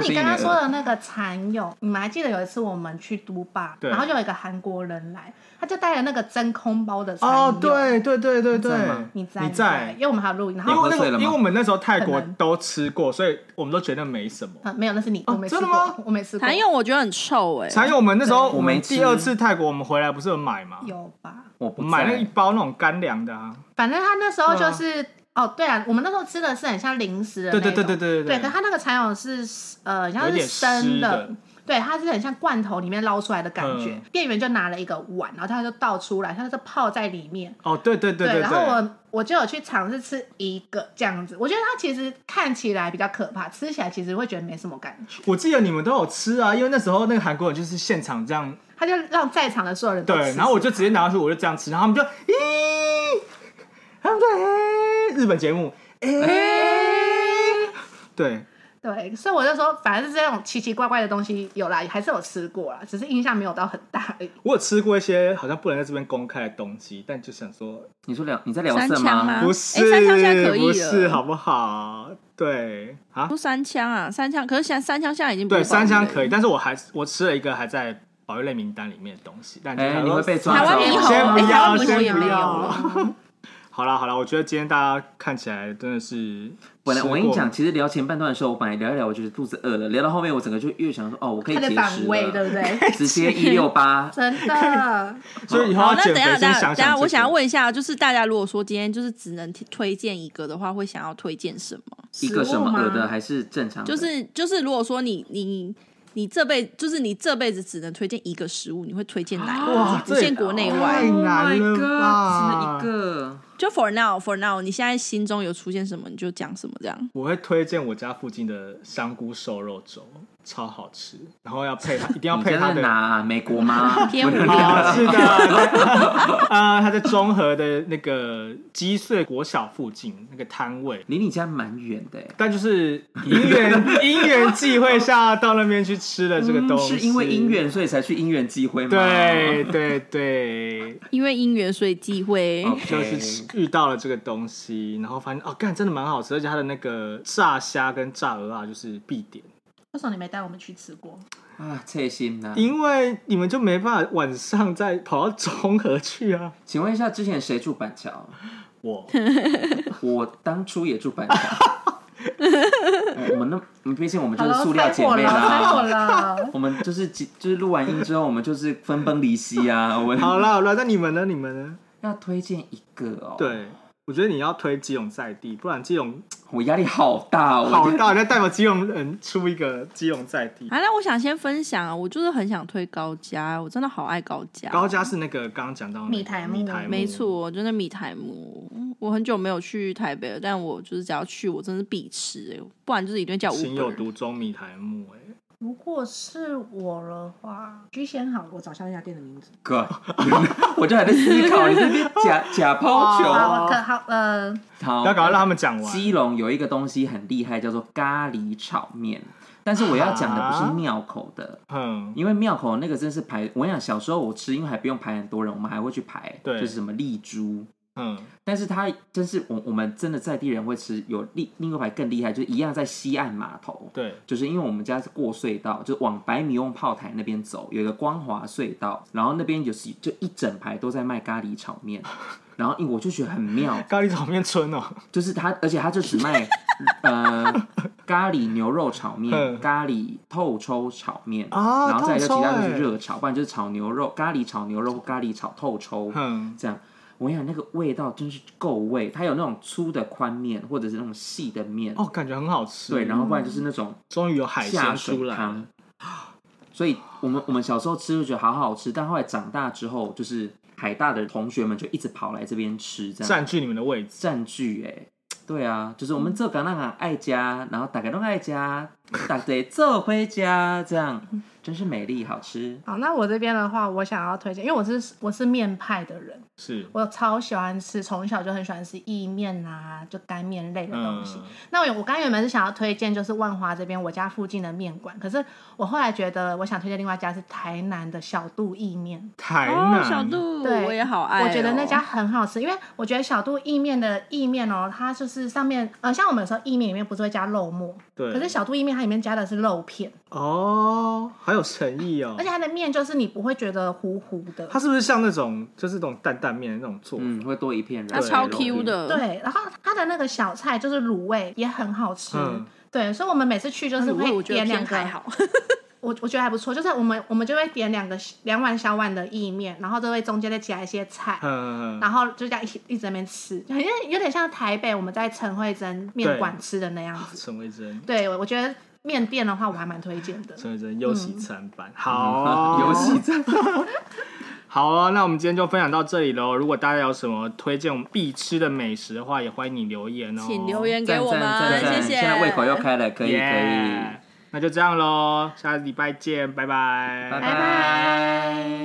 C: 这
E: 后
C: 个是
E: 你
C: 婴
E: 刚刚
C: 儿
E: 说的那个蚕蛹，你们还记得有一次我们去都坝，
D: 对
E: 然后就有一个韩国人来，他就带了那个真空包的蚕蛹。
D: 哦，，对对对对对
C: 在吗，
E: 你在
D: 你
E: 在，
D: 在
E: 因，为我们还有录影，然
D: 因
E: 后
D: 为那
C: 你喝醉
D: 个，
C: 了吗
D: 因为我们那时候泰国
E: 可能
D: 都吃过，所以我们都觉得没什么。
E: 呃没有，那是你，我没吃
D: 哦真的吗
E: 过，我没吃过，
A: 蚕蛹我觉得很臭哎、
D: 才有我们那时候，
C: 对
D: 我
C: 我没
D: 们
C: 吃
D: 第二次泰国，我们回来不是有买吗？
E: 有吧？
C: 我不
D: 我们买那一
C: 在，
D: 包那种干粮的啊，
E: 反正他那时候
D: 对
E: 就
D: 啊
E: 是。哦，对啊，我们那时候吃的是很像零食的那
D: 对
E: 种，
D: 对对对对对
E: 对可他那个蚕蛹是呃，像
D: 有
E: 是
D: 点
E: 生
D: 湿
E: 的
D: 的，
E: 对，它是很像罐头里面捞出来的感觉
D: 嗯。
E: 店员就拿了一个碗，然后他就倒出来，他就泡在里面，
D: 哦，对对对
E: 然后我我就有去尝试吃一个这样子，我觉得它其实看起来比较可怕，吃起来其实会觉得没什么感觉。
D: 我记得你们都有吃啊，因为那时候那个韩国人就是现场这样，
E: 他就让在场的所有人都吃
D: 对，然后我就直接拿去，我就这样吃，然后他们就咦，他们在日本节目，哎，对，
E: 对，所以我就说，反正是这种奇奇怪怪的东西有啦，还是有吃过啦，只是印象没有到很大而已。
D: 我有吃过一些好像不能在这边公开的东西，但就想说
C: 你说聊你在聊
A: 三
C: 色
A: 枪吗
C: 吗？
D: 不
A: 哎
D: 是，
A: 三枪现在可以了
D: 不是好不好？对啊
A: 不，三枪啊，三枪，可是现在三枪现在已经不
D: 对，
A: 是保育
D: 三枪
A: 类
D: 可以，但是我还我吃了一个还在保育类名单里面的东西，但就是
C: 哎，
D: 想
C: 你
D: 说
C: 会被抓
A: 台湾
C: 走。
A: 猕猴，
D: 先不
A: 哎，台
D: 要
A: 湾猕猴也
D: 先不
A: 没有
D: 要
A: 了。
D: 好啦好啦，我觉得今天大家看起来真的是
C: 本来
D: 吃
C: 我跟你
D: 过
C: 讲，其实聊前半段的时候，我本来聊一聊，我觉得肚子饿了，聊到后面我整个就越想说，哦，我可以
E: 嗯他的
C: 节
E: 反
C: 食
E: 胃，对
C: 了，
E: 不对？
C: [laughs] 直接一六八， [laughs]
E: 真的，
D: 所以以后
A: 好，
D: 要
A: 那
D: 减
A: 等一下，
D: 肥先
A: 等一下，
D: 想想
A: 等一下，
D: 这
A: 我
D: 个
A: 想要问一下，就是大家如果说今天就是只能推推荐一个的话，会想要推荐什么？
C: 一个什
E: 食物吗
C: 么鹅的还是正常的？
A: 就是就是，如果说你你你这辈就是你这辈子只能推荐一个食物，你会推荐哪一个？
D: 哇
A: 不
D: 这
A: 限国内
D: 太
A: 外。
D: 难
C: Oh my
D: 了
C: God，
D: 吧
C: 只一个，
A: 就 for now for now，你现在心中有出现什么你就讲什么这样。
D: 我会推荐我家附近的香菇瘦肉粥，超好吃，然后要
C: [laughs]
D: 配它，一定要
C: 你
D: 配
C: 真
D: 它
C: 的
D: 的。
C: 拿美国吗？
A: 偏无
C: [laughs]
A: 聊，
D: 哦，是的， [laughs] 在呃，它在中和的那个鸡碎国小附近那个摊位，
C: 离你家蛮远的欸。
D: 但就是因缘因缘际会下到那边去吃了这个东
C: 嗯
D: 西，
C: 是因为姻。缘所以才去姻缘机会吗？
D: 对对对，
A: 因为因缘所以忌讳。
C: OK，
D: 就是吃遇到了这个东西，然后发现哦，干真的蛮好吃，而且它的那个炸虾跟炸鹅啊，就是必点，
E: 为什么你没带我们去吃过？
C: 啊，切心呐。
D: 因为你们就没办法晚上再跑到中和去啊。
C: 请问一下，之前谁住板桥？ [laughs]
D: 我
C: 我当初也住板桥。我我们那，嗯毕竟我们就
E: 好
C: 是
E: 了，
C: 塑料
E: 拆
C: 姐
E: 火
C: 妹
E: 了，拆火
C: 啦。 [laughs]
E: 了。
C: 我们就是几就是录完音之后，我们就是分崩离析啊。我们
D: 好啦好啦，那你们呢？你们呢？
C: 要推荐一个哦。，
D: 对，我觉得你要推基隆在地，不然基隆
C: 我压力好大哦。
D: 好
C: 我
D: 大，那代表基隆人出一个基隆在地。
A: 啊，那我想先分享啊，我就是很想推高家，我真的好爱高家。
D: 高家是那个刚刚讲到那个
E: 米苔木
D: 米苔木
A: 没，错，真的米苔木，我很久没有去台北了，但我就是只要去，我真的是必吃、欸，不然就是一定叫五
D: 心有独钟米苔木，哎，
E: 如果是我的话，居先好了，我找下那家店的名字。
C: God，我就还在思考，你这边假假抛球。
E: 好，我可好呃，
C: 好，
D: 要赶快让他们讲完。
C: 哦基隆有一个东西很厉害，叫做咖喱炒面。但是我要讲的不是
D: 啊
C: 庙口的，
D: 嗯，
C: 因为庙口那个真是排，我跟你讲小时候我吃，因为还不用排很多人，我们还会去排，
D: 对
C: 就是什么丽珠。
D: 嗯，
C: 但是它真是我我们真的在地人会吃，有另另外一排更厉害，就是一样在西岸码头，
D: 对，
C: 就是因为我们家是过隧道，就往白米用炮台那边走，有一个光华隧道，然后那边就是就一整排都在卖咖喱炒面，然后因为我就觉得很妙，
D: 咖喱炒面村哦，
C: 就是它，而且它就只
D: [laughs]
C: 卖呃咖喱牛肉炒面、
D: 嗯
C: 咖喱透抽炒面，
D: 啊
C: 然后再来就
D: 透抽
C: 其他都是
D: 欸
C: 热炒，不然就是炒牛肉、咖喱炒牛肉、咖喱炒透抽
D: 嗯，
C: 这样。我跟你讲，那个味道真是够味，它有那种粗的宽面，或者是那种细的面，
D: 哦，感觉很好吃。
C: 对，然后不然就是那种
D: 终于有海
C: 下
D: 鲜
C: 水
D: 出来
C: 汤
D: 了，。
C: 所以我们我们小时候吃就觉得好好吃，但后来长大之后，就是海大的同学们就一直跑来这边吃，这样
D: 占据你们的位置。
C: 占据哎、对啊，就是我们做港那个爱家，然后大家都爱家，大家做回家，这样真是美丽好吃。
E: 好，那我这边的话，我想要推荐，因为我是我是面派的人，
D: 是，
E: 我超喜欢吃，从小就很喜欢吃意面啊，就干面类的东西。
D: 嗯
E: 那我我刚原本是想要推荐就是万华这边我家附近的面馆，可是我后来觉得我想推荐另外一家是台南的小肚意面，
D: 台
A: 哦，
D: 南
A: 小杜，
E: 对
A: 我也好爱、哦
E: 我觉得那家，很好吃，因为我觉得小肚意面的意面哦，它就是上面呃，像我们有时候意面里面不是会加肉末，
D: 对，
E: 可是小肚意面它里面加的是肉片，
D: 哦，好有诚意哦
E: 而。且它的面就是你不会觉得糊糊的
D: 它。是不是像那种就是那种担担面的那种做法？
C: 嗯，会多一片
A: 它
C: 肉。
A: 超
C: 对
A: Q。的，，
E: 对，然后它的那个小菜就是卤味也很好吃，
D: 嗯
E: 对，所以我们每次去就是
A: 卤味
E: 会
A: 我觉得
E: 点两
A: 偏
E: 个
A: 还，好，
E: 我我觉得还不错，就是我们我们就会点两个两碗小碗的意面，然后就会中间再加一些菜，
D: 嗯，嗯
E: 然后就这样一起一直在那边吃，因为有点像台北我们在陈慧珍面馆吃的那样子。
D: 陈慧珍，
E: 对，我我觉得面店的话，我还蛮推荐的。
D: 陈慧珍忧喜参半，
C: 嗯 [laughs]
D: 好，哦
C: 游戏在
D: 好啊，那我们今天就分享到这里喽。如果大家有什么推荐我们必吃的美食的话，也欢迎你留言哦。
A: 请留言给
C: 赞
A: 我
C: 赞
A: 们，
C: 赞
A: 谢
C: 赞
A: 谢。
C: 现在胃口又开了，可以
D: Yeah，那就这样喽，下礼拜见，拜拜，
C: 可以，拜
E: 拜拜。